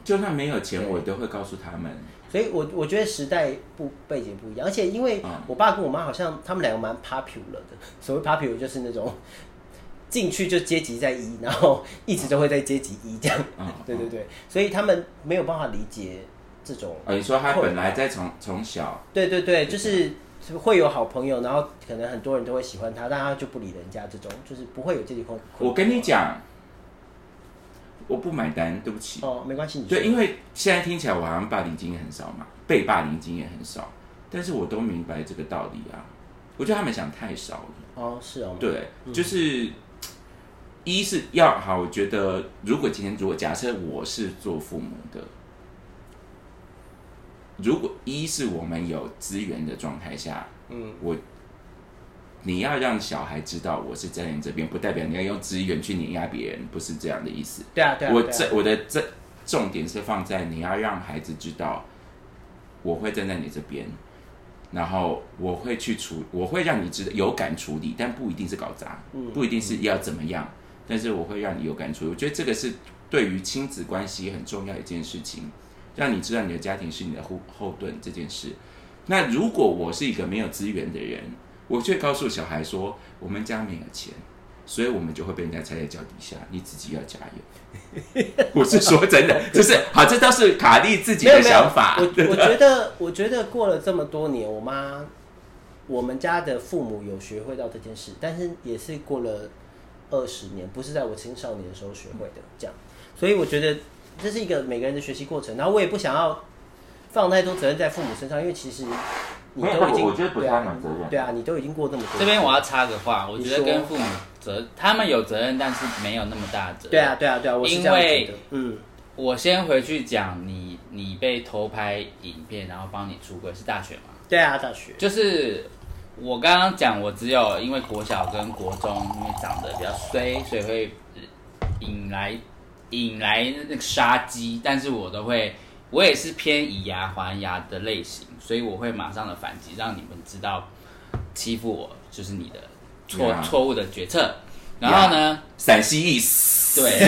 [SPEAKER 3] 就算没有钱，
[SPEAKER 4] 对
[SPEAKER 3] 我都会告诉他们。
[SPEAKER 4] 所以我我觉得时代不背景不一样，而且因为
[SPEAKER 3] 嗯
[SPEAKER 4] 我爸跟我妈好像他们两个蛮 popular 的，所谓 popular 就是那种。进去就阶级在一，然后一直都会在阶级一这样，
[SPEAKER 3] 嗯
[SPEAKER 4] 对对对，所以他们没有办法理解这种
[SPEAKER 3] 哦，你说他本来在从从小
[SPEAKER 4] 对对对，就是会有好朋友，然后可能很多人都会喜欢他，但他就不理人家这种，就是不会有这些困。
[SPEAKER 3] 我跟你讲，我不买单，对不起。
[SPEAKER 4] 哦，没关系，你
[SPEAKER 3] 对，因
[SPEAKER 4] 为
[SPEAKER 3] 为现在听起来我好像霸凌经验很少嘛，被霸凌经验很少，但是我都明白这个道理啊。我觉得他们想太少了。
[SPEAKER 4] 哦是哦，
[SPEAKER 3] 对，就是、一是要好，我觉得如果今天如果假设我是做父母的，如果一是我们有资源的状态下，
[SPEAKER 4] 嗯，
[SPEAKER 3] 我你要让小孩知道我是在你这边，不代表你要用资源去碾压别人，不是这样的意思。
[SPEAKER 4] 对啊对啊，
[SPEAKER 3] 我
[SPEAKER 4] 对啊
[SPEAKER 3] 这我的这重点是放在你要让孩子知道，我会站在你这边，然后我会去处，我会让你知道有感处理，但不一定是搞砸，
[SPEAKER 4] 嗯
[SPEAKER 3] 不一定是要怎么样，但是我会让你有感处理。我觉得这个是对于亲子关系很重要一件事情，让你知道你的家庭是你的后后盾这件事。那如果我是一个没有资源的人，我却告诉小孩说我们家没有钱，所以我们就会被人家踩在脚底下，你自己要加油。 我是说真的，就是好，这倒是卡莉自己
[SPEAKER 4] 没有
[SPEAKER 3] 的
[SPEAKER 4] 没
[SPEAKER 3] 想 法。
[SPEAKER 4] 有，我我觉得我觉得过了这么多年，我妈我们家的父母有学会到这件事，但是也是过了二十年，不是在我青少年的时候学会的，这样，所以我觉得这是一个每个人的学习过程，然后我也不想要放太多责任在父母身上，因为其实你
[SPEAKER 3] 没有
[SPEAKER 4] 都已经
[SPEAKER 3] 我觉得不是
[SPEAKER 4] 对啊
[SPEAKER 3] 他们责任
[SPEAKER 4] 对啊，你都已经过这么多，
[SPEAKER 2] 这边我要插个话，我觉
[SPEAKER 4] 你
[SPEAKER 2] 得
[SPEAKER 4] 说
[SPEAKER 2] 跟父母责，他们有责任，但是没有那么大的责任。
[SPEAKER 4] 对啊对啊对啊，我是这
[SPEAKER 2] 因
[SPEAKER 4] 样
[SPEAKER 2] 为
[SPEAKER 4] 觉得，嗯，
[SPEAKER 2] 我先回去讲你，你被偷拍影片，然后帮你出轨是大学吗？
[SPEAKER 4] 对啊，大学，
[SPEAKER 2] 就是我刚刚讲，我只有因为国小跟国中，因为长得比较衰，所以会引来引来那个杀机，但是我都会，我也是偏以牙还牙的类型，所以我会马上的反击，让你们知道欺负我就是你的错
[SPEAKER 3] Yeah.
[SPEAKER 2] 错误的决策。然后呢
[SPEAKER 3] 陕西意思，
[SPEAKER 2] 对。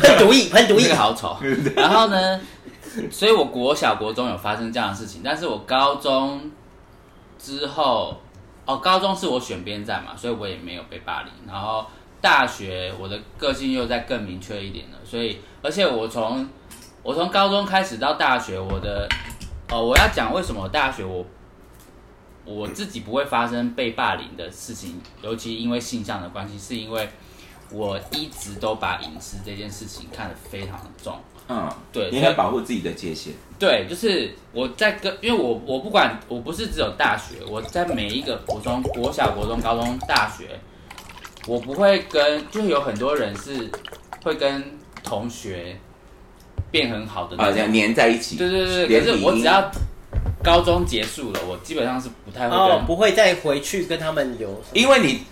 [SPEAKER 4] 喷毒液，喷毒
[SPEAKER 2] 读
[SPEAKER 4] 液
[SPEAKER 2] 个，好丑。然后呢，所以我国小、国中有发生这样的事情，但是我高中之后，哦，高中是我选边站嘛，所以我也没有被霸凌。然后大学我的个性又再更明确一点了，所以而且我从我从高中开始到大学，我的哦，我要讲为什么大学我。我自己不会发生被霸凌的事情，尤其因为性向的关系，是因为我一直都把隐私这件事情看得非常的重。
[SPEAKER 3] 嗯，
[SPEAKER 2] 对
[SPEAKER 3] 你
[SPEAKER 2] 所
[SPEAKER 3] 很
[SPEAKER 2] 以
[SPEAKER 3] 保护自己的界限，
[SPEAKER 2] 对，就是我在跟，因为我我不管，我不是只有大学，我在每一个国中、国小、国中、高中、大学，我不会跟，就是有很多人是会跟同学变很好的那
[SPEAKER 3] 啊，
[SPEAKER 2] 种
[SPEAKER 3] 这样粘在一起，
[SPEAKER 2] 对对对，
[SPEAKER 3] 连
[SPEAKER 2] 可
[SPEAKER 3] 理
[SPEAKER 2] 是我
[SPEAKER 3] 应
[SPEAKER 2] 只要高中结束了，我基本上是不太会跟。
[SPEAKER 4] 哦，不会再回去跟他们有什么
[SPEAKER 3] 因为你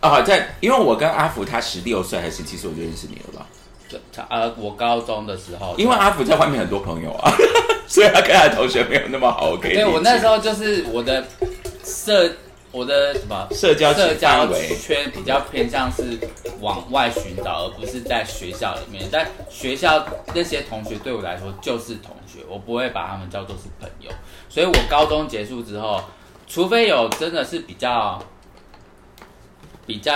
[SPEAKER 3] 啊，在因为我跟阿福他十六岁还是十七岁，我就认识你了吧？
[SPEAKER 2] 就呃，我高中的时候，
[SPEAKER 3] 因为阿福在外面很多朋友啊， 所以他跟他的同学没有那么好。我可以理解
[SPEAKER 2] 对我那时候就是我的社，我的什么
[SPEAKER 3] 社交
[SPEAKER 2] 社交
[SPEAKER 3] 范围
[SPEAKER 2] 圈比较偏向是往外寻找，而不是在学校里面。在学校那些同学对我来说就是同学，我不会把他们叫做是朋友。所以我高中结束之后，除非有真的是比较比较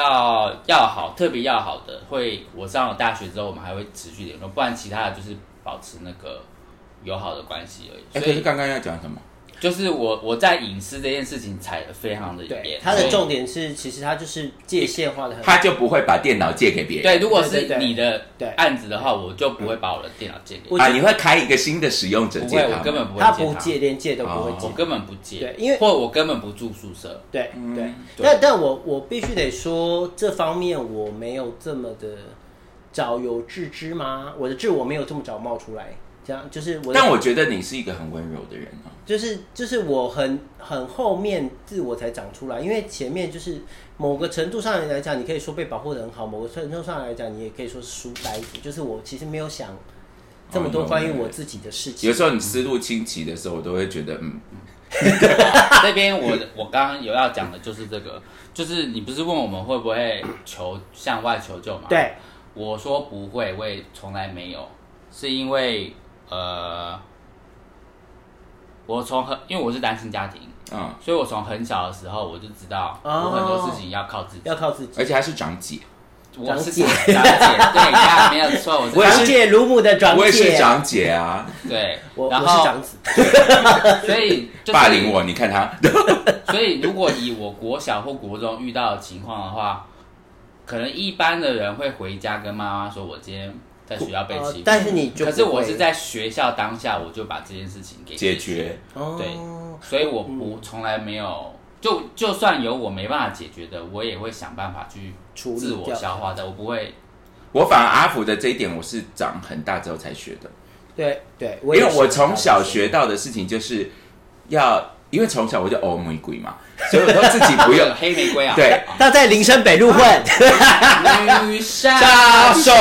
[SPEAKER 2] 要好、特别要好的，会我上了大学之后，我们还会持续联络，不然其他的就是保持那个友好的关系而
[SPEAKER 3] 哎，
[SPEAKER 2] 已。
[SPEAKER 3] 可
[SPEAKER 2] 所
[SPEAKER 3] 是
[SPEAKER 2] 以
[SPEAKER 3] 刚刚要讲什么？
[SPEAKER 2] 就是我我在隐私这件事情踩的非常的
[SPEAKER 4] 对
[SPEAKER 2] 严，，
[SPEAKER 4] 他的
[SPEAKER 2] 所以
[SPEAKER 4] 重点是，其实他就是界限画的很。
[SPEAKER 3] 他就不会把电脑借给别人。
[SPEAKER 2] 对，如果
[SPEAKER 4] 对对
[SPEAKER 2] 是
[SPEAKER 4] 对
[SPEAKER 2] 你的
[SPEAKER 4] 对
[SPEAKER 2] 案子的话，我就不会把我的电脑借给
[SPEAKER 4] 我
[SPEAKER 2] 你，
[SPEAKER 3] 啊，你会开一个新的使用者
[SPEAKER 2] 不
[SPEAKER 3] 借
[SPEAKER 2] 会，
[SPEAKER 3] 他
[SPEAKER 2] 我
[SPEAKER 3] 吗
[SPEAKER 2] 根本不会
[SPEAKER 4] 他
[SPEAKER 2] 借哦
[SPEAKER 4] 不借，连借都不会借
[SPEAKER 2] 我。根本不借，
[SPEAKER 4] 对因为
[SPEAKER 2] 或我根本不住宿舍，
[SPEAKER 4] 对对，
[SPEAKER 2] 对
[SPEAKER 4] 但但我我必须得说，这方面我没有这么的早有自知吗？我的智我没有这么早冒出来，这样就是我的，
[SPEAKER 3] 但我觉得你是一个很温柔的人啊。
[SPEAKER 4] 就是就是我很很后面自我才长出来，因为前面就是某个程度上来讲，你可以说被保护的很好；某个程度上来讲，你也可以说是书呆子，就是我其实没有想这么多关于我自己的事情。
[SPEAKER 3] 有时候你思路清奇的时候，我都会觉得，嗯，
[SPEAKER 2] 这边我我刚刚有要讲的就是这个，就是你不是问我们会不会求向外求救吗？，
[SPEAKER 4] 对，
[SPEAKER 2] 我说不会，我也从来没有，是因为呃，我从很因为我是单亲家庭，
[SPEAKER 3] 嗯，
[SPEAKER 2] 所以我从很小的时候我就知道
[SPEAKER 4] 哦
[SPEAKER 2] 我很多事情要靠自己。
[SPEAKER 4] 要靠自己。
[SPEAKER 3] 而且他是长姐，
[SPEAKER 2] 我是
[SPEAKER 4] 长姐
[SPEAKER 2] 长姐，对呀，没有错，我
[SPEAKER 3] 我也是
[SPEAKER 2] 是
[SPEAKER 4] 长姐如母的长姐，
[SPEAKER 3] 我也是长姐啊，
[SPEAKER 2] 对
[SPEAKER 4] 我，
[SPEAKER 2] 然
[SPEAKER 4] 我是
[SPEAKER 2] 后
[SPEAKER 4] 长子，
[SPEAKER 2] 所以就是
[SPEAKER 3] 霸凌我，你看他，
[SPEAKER 2] 所以，如果以我国小或国中遇到的情况的话，可能一般的人会回家跟妈妈说：“我今天在学校被
[SPEAKER 4] 呃
[SPEAKER 2] 欺负。
[SPEAKER 4] 但是你就
[SPEAKER 2] 可是
[SPEAKER 4] 不会
[SPEAKER 2] 我是在学校当下，我就把这件事情给
[SPEAKER 3] 解决，
[SPEAKER 4] 哦
[SPEAKER 2] 对所以我不从来没有，就就算有我没办法解决的，我也会想办法去
[SPEAKER 4] 处理
[SPEAKER 2] 自我
[SPEAKER 4] 掉
[SPEAKER 2] 消化的，我不会。
[SPEAKER 3] 我反而阿福的这一点，我是长很大之后才学的，
[SPEAKER 4] 对对，
[SPEAKER 3] 因为
[SPEAKER 4] 也是
[SPEAKER 3] 我从小学到的事情就是要，因为从小我就哦玫瑰嘛，所以我都自己不用
[SPEAKER 2] 黑玫瑰啊，
[SPEAKER 3] 对
[SPEAKER 4] 他在林森北路混，
[SPEAKER 2] 女山
[SPEAKER 3] 大手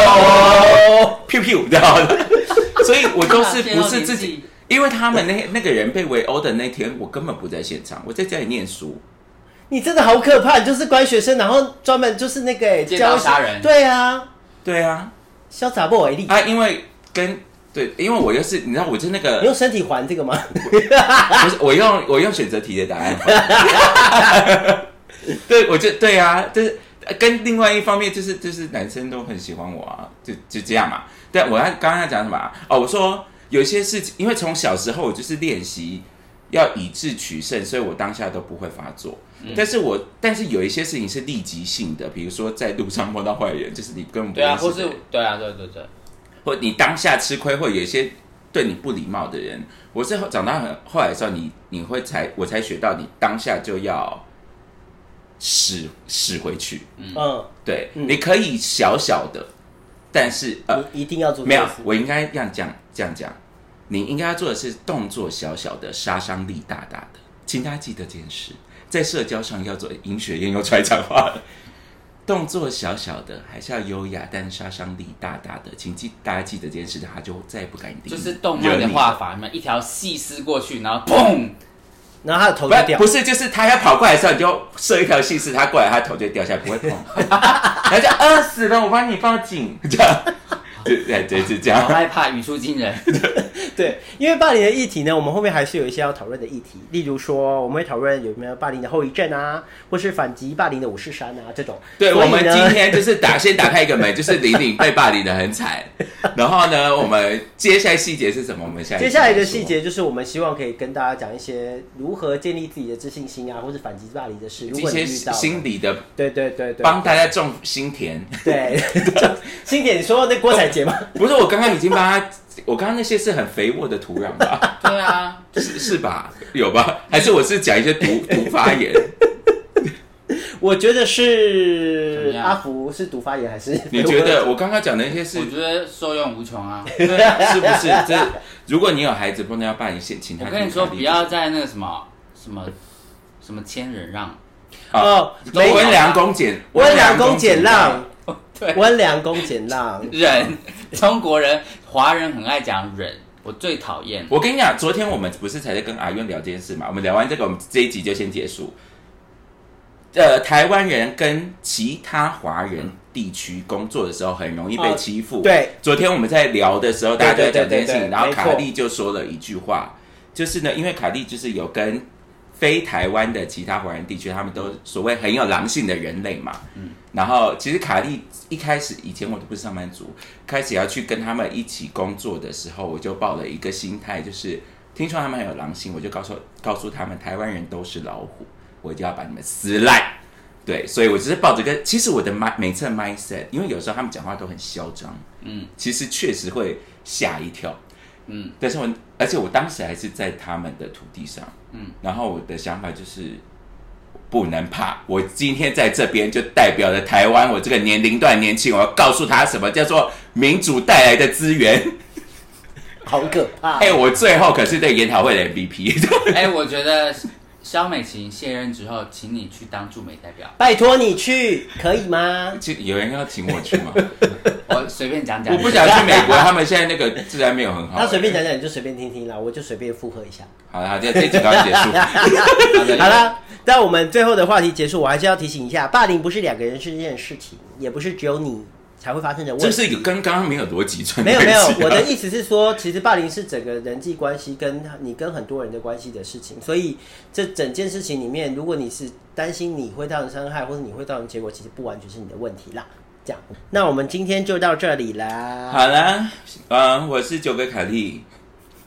[SPEAKER 3] p 屁 u 道，所以我都是不是自己，因为他们那那个人被围殴的那天，我根本不在现场，我在家里念书，
[SPEAKER 4] 你真的好可怕，你就是关学生，然后专门就是那个欸
[SPEAKER 2] 借刀
[SPEAKER 4] 教
[SPEAKER 2] 杀人
[SPEAKER 4] 对啊，
[SPEAKER 3] 对啊，
[SPEAKER 4] 潇洒不为例。
[SPEAKER 3] 啊，因为跟对，因为我又是你知道，我是那个
[SPEAKER 4] 你用身体还这个吗？
[SPEAKER 3] 不是，我用我用选择题的答案。 对，我就对啊，就是呃跟另外一方面就是就是男生都很喜欢我啊，就就这样嘛。对，我要刚刚要讲什么、啊？哦，我说有些事情，因为从小时候我就是练习要以智取胜，所以我当下都不会发作。
[SPEAKER 2] 嗯
[SPEAKER 3] 但是我但是有一些事情是立即性的，比如说在路上碰到坏人，就是你根本不
[SPEAKER 2] 对啊，
[SPEAKER 3] 认识
[SPEAKER 2] 或
[SPEAKER 3] 的
[SPEAKER 2] 是对啊，对对对，
[SPEAKER 3] 或你当下吃亏，或有一些对你不礼貌的人，我是长大很后来的时候，你你会才我才学到，你当下就要使使回去。
[SPEAKER 4] 嗯，
[SPEAKER 3] 对，
[SPEAKER 4] 嗯
[SPEAKER 3] 你可以小小的，但是呃，
[SPEAKER 4] 你一定要做这
[SPEAKER 3] 没
[SPEAKER 4] 件
[SPEAKER 3] 有
[SPEAKER 4] 事，
[SPEAKER 3] 我应该这样讲，这样讲，你应该要做的是动作小小的，杀伤力大大的，请大家记得这件事，在社交上要做尹雪燕又出来讲话了。动作小小的，还是要优雅，但杀伤力大大的，请记大家记得这件事，他就再也不敢惹
[SPEAKER 2] 就是动漫的
[SPEAKER 3] 你
[SPEAKER 2] 画法，你们一条细丝过去，然后砰，
[SPEAKER 4] 然后他的头
[SPEAKER 3] 不
[SPEAKER 4] 就掉
[SPEAKER 3] 不，是，就是他要跑过来的时候，你就射一条细丝，他过来，他头就会掉下来，不会 痛，然后就呃饿 死了，我帮你报警，这样，对对对，就这样
[SPEAKER 2] 好。害怕，语出惊人。
[SPEAKER 4] 对，因为霸凌的议题呢，我们后面还是有一些要讨论的议题，例如说我们会讨论有没有霸凌的后遗症啊，或是反击霸凌的五士山啊这种。
[SPEAKER 3] 对，
[SPEAKER 4] 所
[SPEAKER 3] 我
[SPEAKER 4] 以呢
[SPEAKER 3] 们今天就是打先打开一个门， 就是玲玲被霸凌的很惨，然后呢，我们接下来细节是什么？我们下一集
[SPEAKER 4] 接下来的
[SPEAKER 3] 再说
[SPEAKER 4] 细节就是我们希望可以跟大家讲一些如何建立自己的自信心啊，或是反击霸凌的事。如
[SPEAKER 3] 一
[SPEAKER 4] 果你
[SPEAKER 3] 些
[SPEAKER 4] 遇到了，
[SPEAKER 3] 心理的
[SPEAKER 4] 对对对对，
[SPEAKER 3] 帮大家种心田。
[SPEAKER 4] 对，新点你说那郭采洁吗？
[SPEAKER 3] 不是，我刚刚已经帮他，我刚刚那些是很肥沃的土壤 吧？
[SPEAKER 2] 对啊，
[SPEAKER 3] 是是吧？有吧？还是我是讲一 些毒毒发言？
[SPEAKER 4] 我觉得
[SPEAKER 2] 怎
[SPEAKER 4] 是
[SPEAKER 2] 么样
[SPEAKER 4] 阿福是毒发言还是？
[SPEAKER 3] 你觉得我刚刚讲的那些是
[SPEAKER 2] 我觉得受用无穷啊。
[SPEAKER 3] 是不是？这如果你有孩子碰到要霸凌，先请他
[SPEAKER 2] 我
[SPEAKER 3] 离开。
[SPEAKER 2] 跟你说，不要在那个什么什么什么千人让，
[SPEAKER 4] 哦
[SPEAKER 3] 啊，
[SPEAKER 4] 没有
[SPEAKER 3] 温良恭俭
[SPEAKER 4] 温良恭俭让，
[SPEAKER 3] 哦
[SPEAKER 2] 对，
[SPEAKER 4] 温良恭俭让，
[SPEAKER 2] 忍，中国人、华人很爱讲忍，我最讨厌。
[SPEAKER 3] 我跟你讲，昨天我们不是才在跟阿渊聊这件事嘛？我们聊完这个，我们这一集就先结束。呃，台湾人跟其他华人地区工作的时候，很容易被
[SPEAKER 4] 哦
[SPEAKER 3] 欺负。
[SPEAKER 4] 对，
[SPEAKER 3] 昨天我们在聊的时候，大家都在讲这件事
[SPEAKER 4] 对对对
[SPEAKER 3] 情，
[SPEAKER 4] 对对
[SPEAKER 3] 然后
[SPEAKER 4] 没错
[SPEAKER 3] 卡莉就说了一句话，就是呢，因为卡莉就是有跟非台湾的其他华人地区，他们都所谓很有狼性的人类嘛。嗯。然后其实卡莉一开始以前我都不是上班族，开始要去跟他们一起工作的时候，我就抱了一个心态，就是听说他们很有狼性，我就告诉告诉他们，台湾人都是老虎，我就要把你们撕烂。对，所以我只是抱着一个，其实我的 mind 每次的 mindset，因为有时候他们讲话都很嚣张，
[SPEAKER 2] 嗯，
[SPEAKER 3] 其实确实会吓一跳，
[SPEAKER 2] 嗯，
[SPEAKER 3] 但是我而且我当时还是在他们的土地上，
[SPEAKER 2] 嗯，
[SPEAKER 3] 然后我的想法就是不能怕，我今天在这边就代表了台湾，我这个年龄段年轻，我要告诉他什么叫做民主带来的资源。
[SPEAKER 4] 好可怕
[SPEAKER 3] 哎、。我最后可是对研讨会的 MVP，
[SPEAKER 2] 哎、我觉得肖美琴卸任之后，请你去当驻美代 表，
[SPEAKER 4] 拜托你去，可以吗？
[SPEAKER 3] 就有人要请我去 吗？
[SPEAKER 2] 我随便讲讲。
[SPEAKER 3] 我不想去美国，他们现在那个治安没有很好。哎
[SPEAKER 4] 他随便讲讲，你就随便听听啦，我就随便附和一下。
[SPEAKER 3] 好了，好，这这集到这结 束。
[SPEAKER 4] 好了，那我们最后的话题结束，我还是要提醒一下，霸凌不是两个人是一件事情，也不是只有你才会发生的问题。
[SPEAKER 3] 这是一个跟刚刚没有逻辑串
[SPEAKER 4] 没
[SPEAKER 3] 在一
[SPEAKER 4] 有
[SPEAKER 3] 起啊、
[SPEAKER 4] 没有，我的意思是说，其实霸凌是整个人际关系跟你跟很多人的关系的事情，所以这整件事情里面，如果你是担心你会造成伤害，或者你会造成结果，其实不完全是你的问题啦。这样，那我们今天就到这里啦。
[SPEAKER 3] 好了，嗯，我是九个凯莉。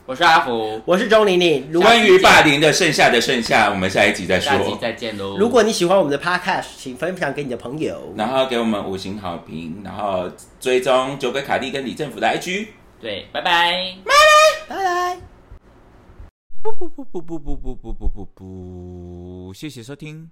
[SPEAKER 2] 我是阿福，
[SPEAKER 4] 我是钟玲玲，如果
[SPEAKER 3] 关于霸凌的剩下的剩下，我们下一集再
[SPEAKER 2] 下集
[SPEAKER 3] 说。
[SPEAKER 2] 再见喽。
[SPEAKER 4] 如果你喜欢我们的 podcast，请分享给你的朋友。
[SPEAKER 3] 然后给我们五星好评，然后追踪九个凯莉跟李政府的 IG。
[SPEAKER 2] 对，拜拜。
[SPEAKER 4] 拜拜。
[SPEAKER 3] 不不不不不不不不不不，谢谢收听。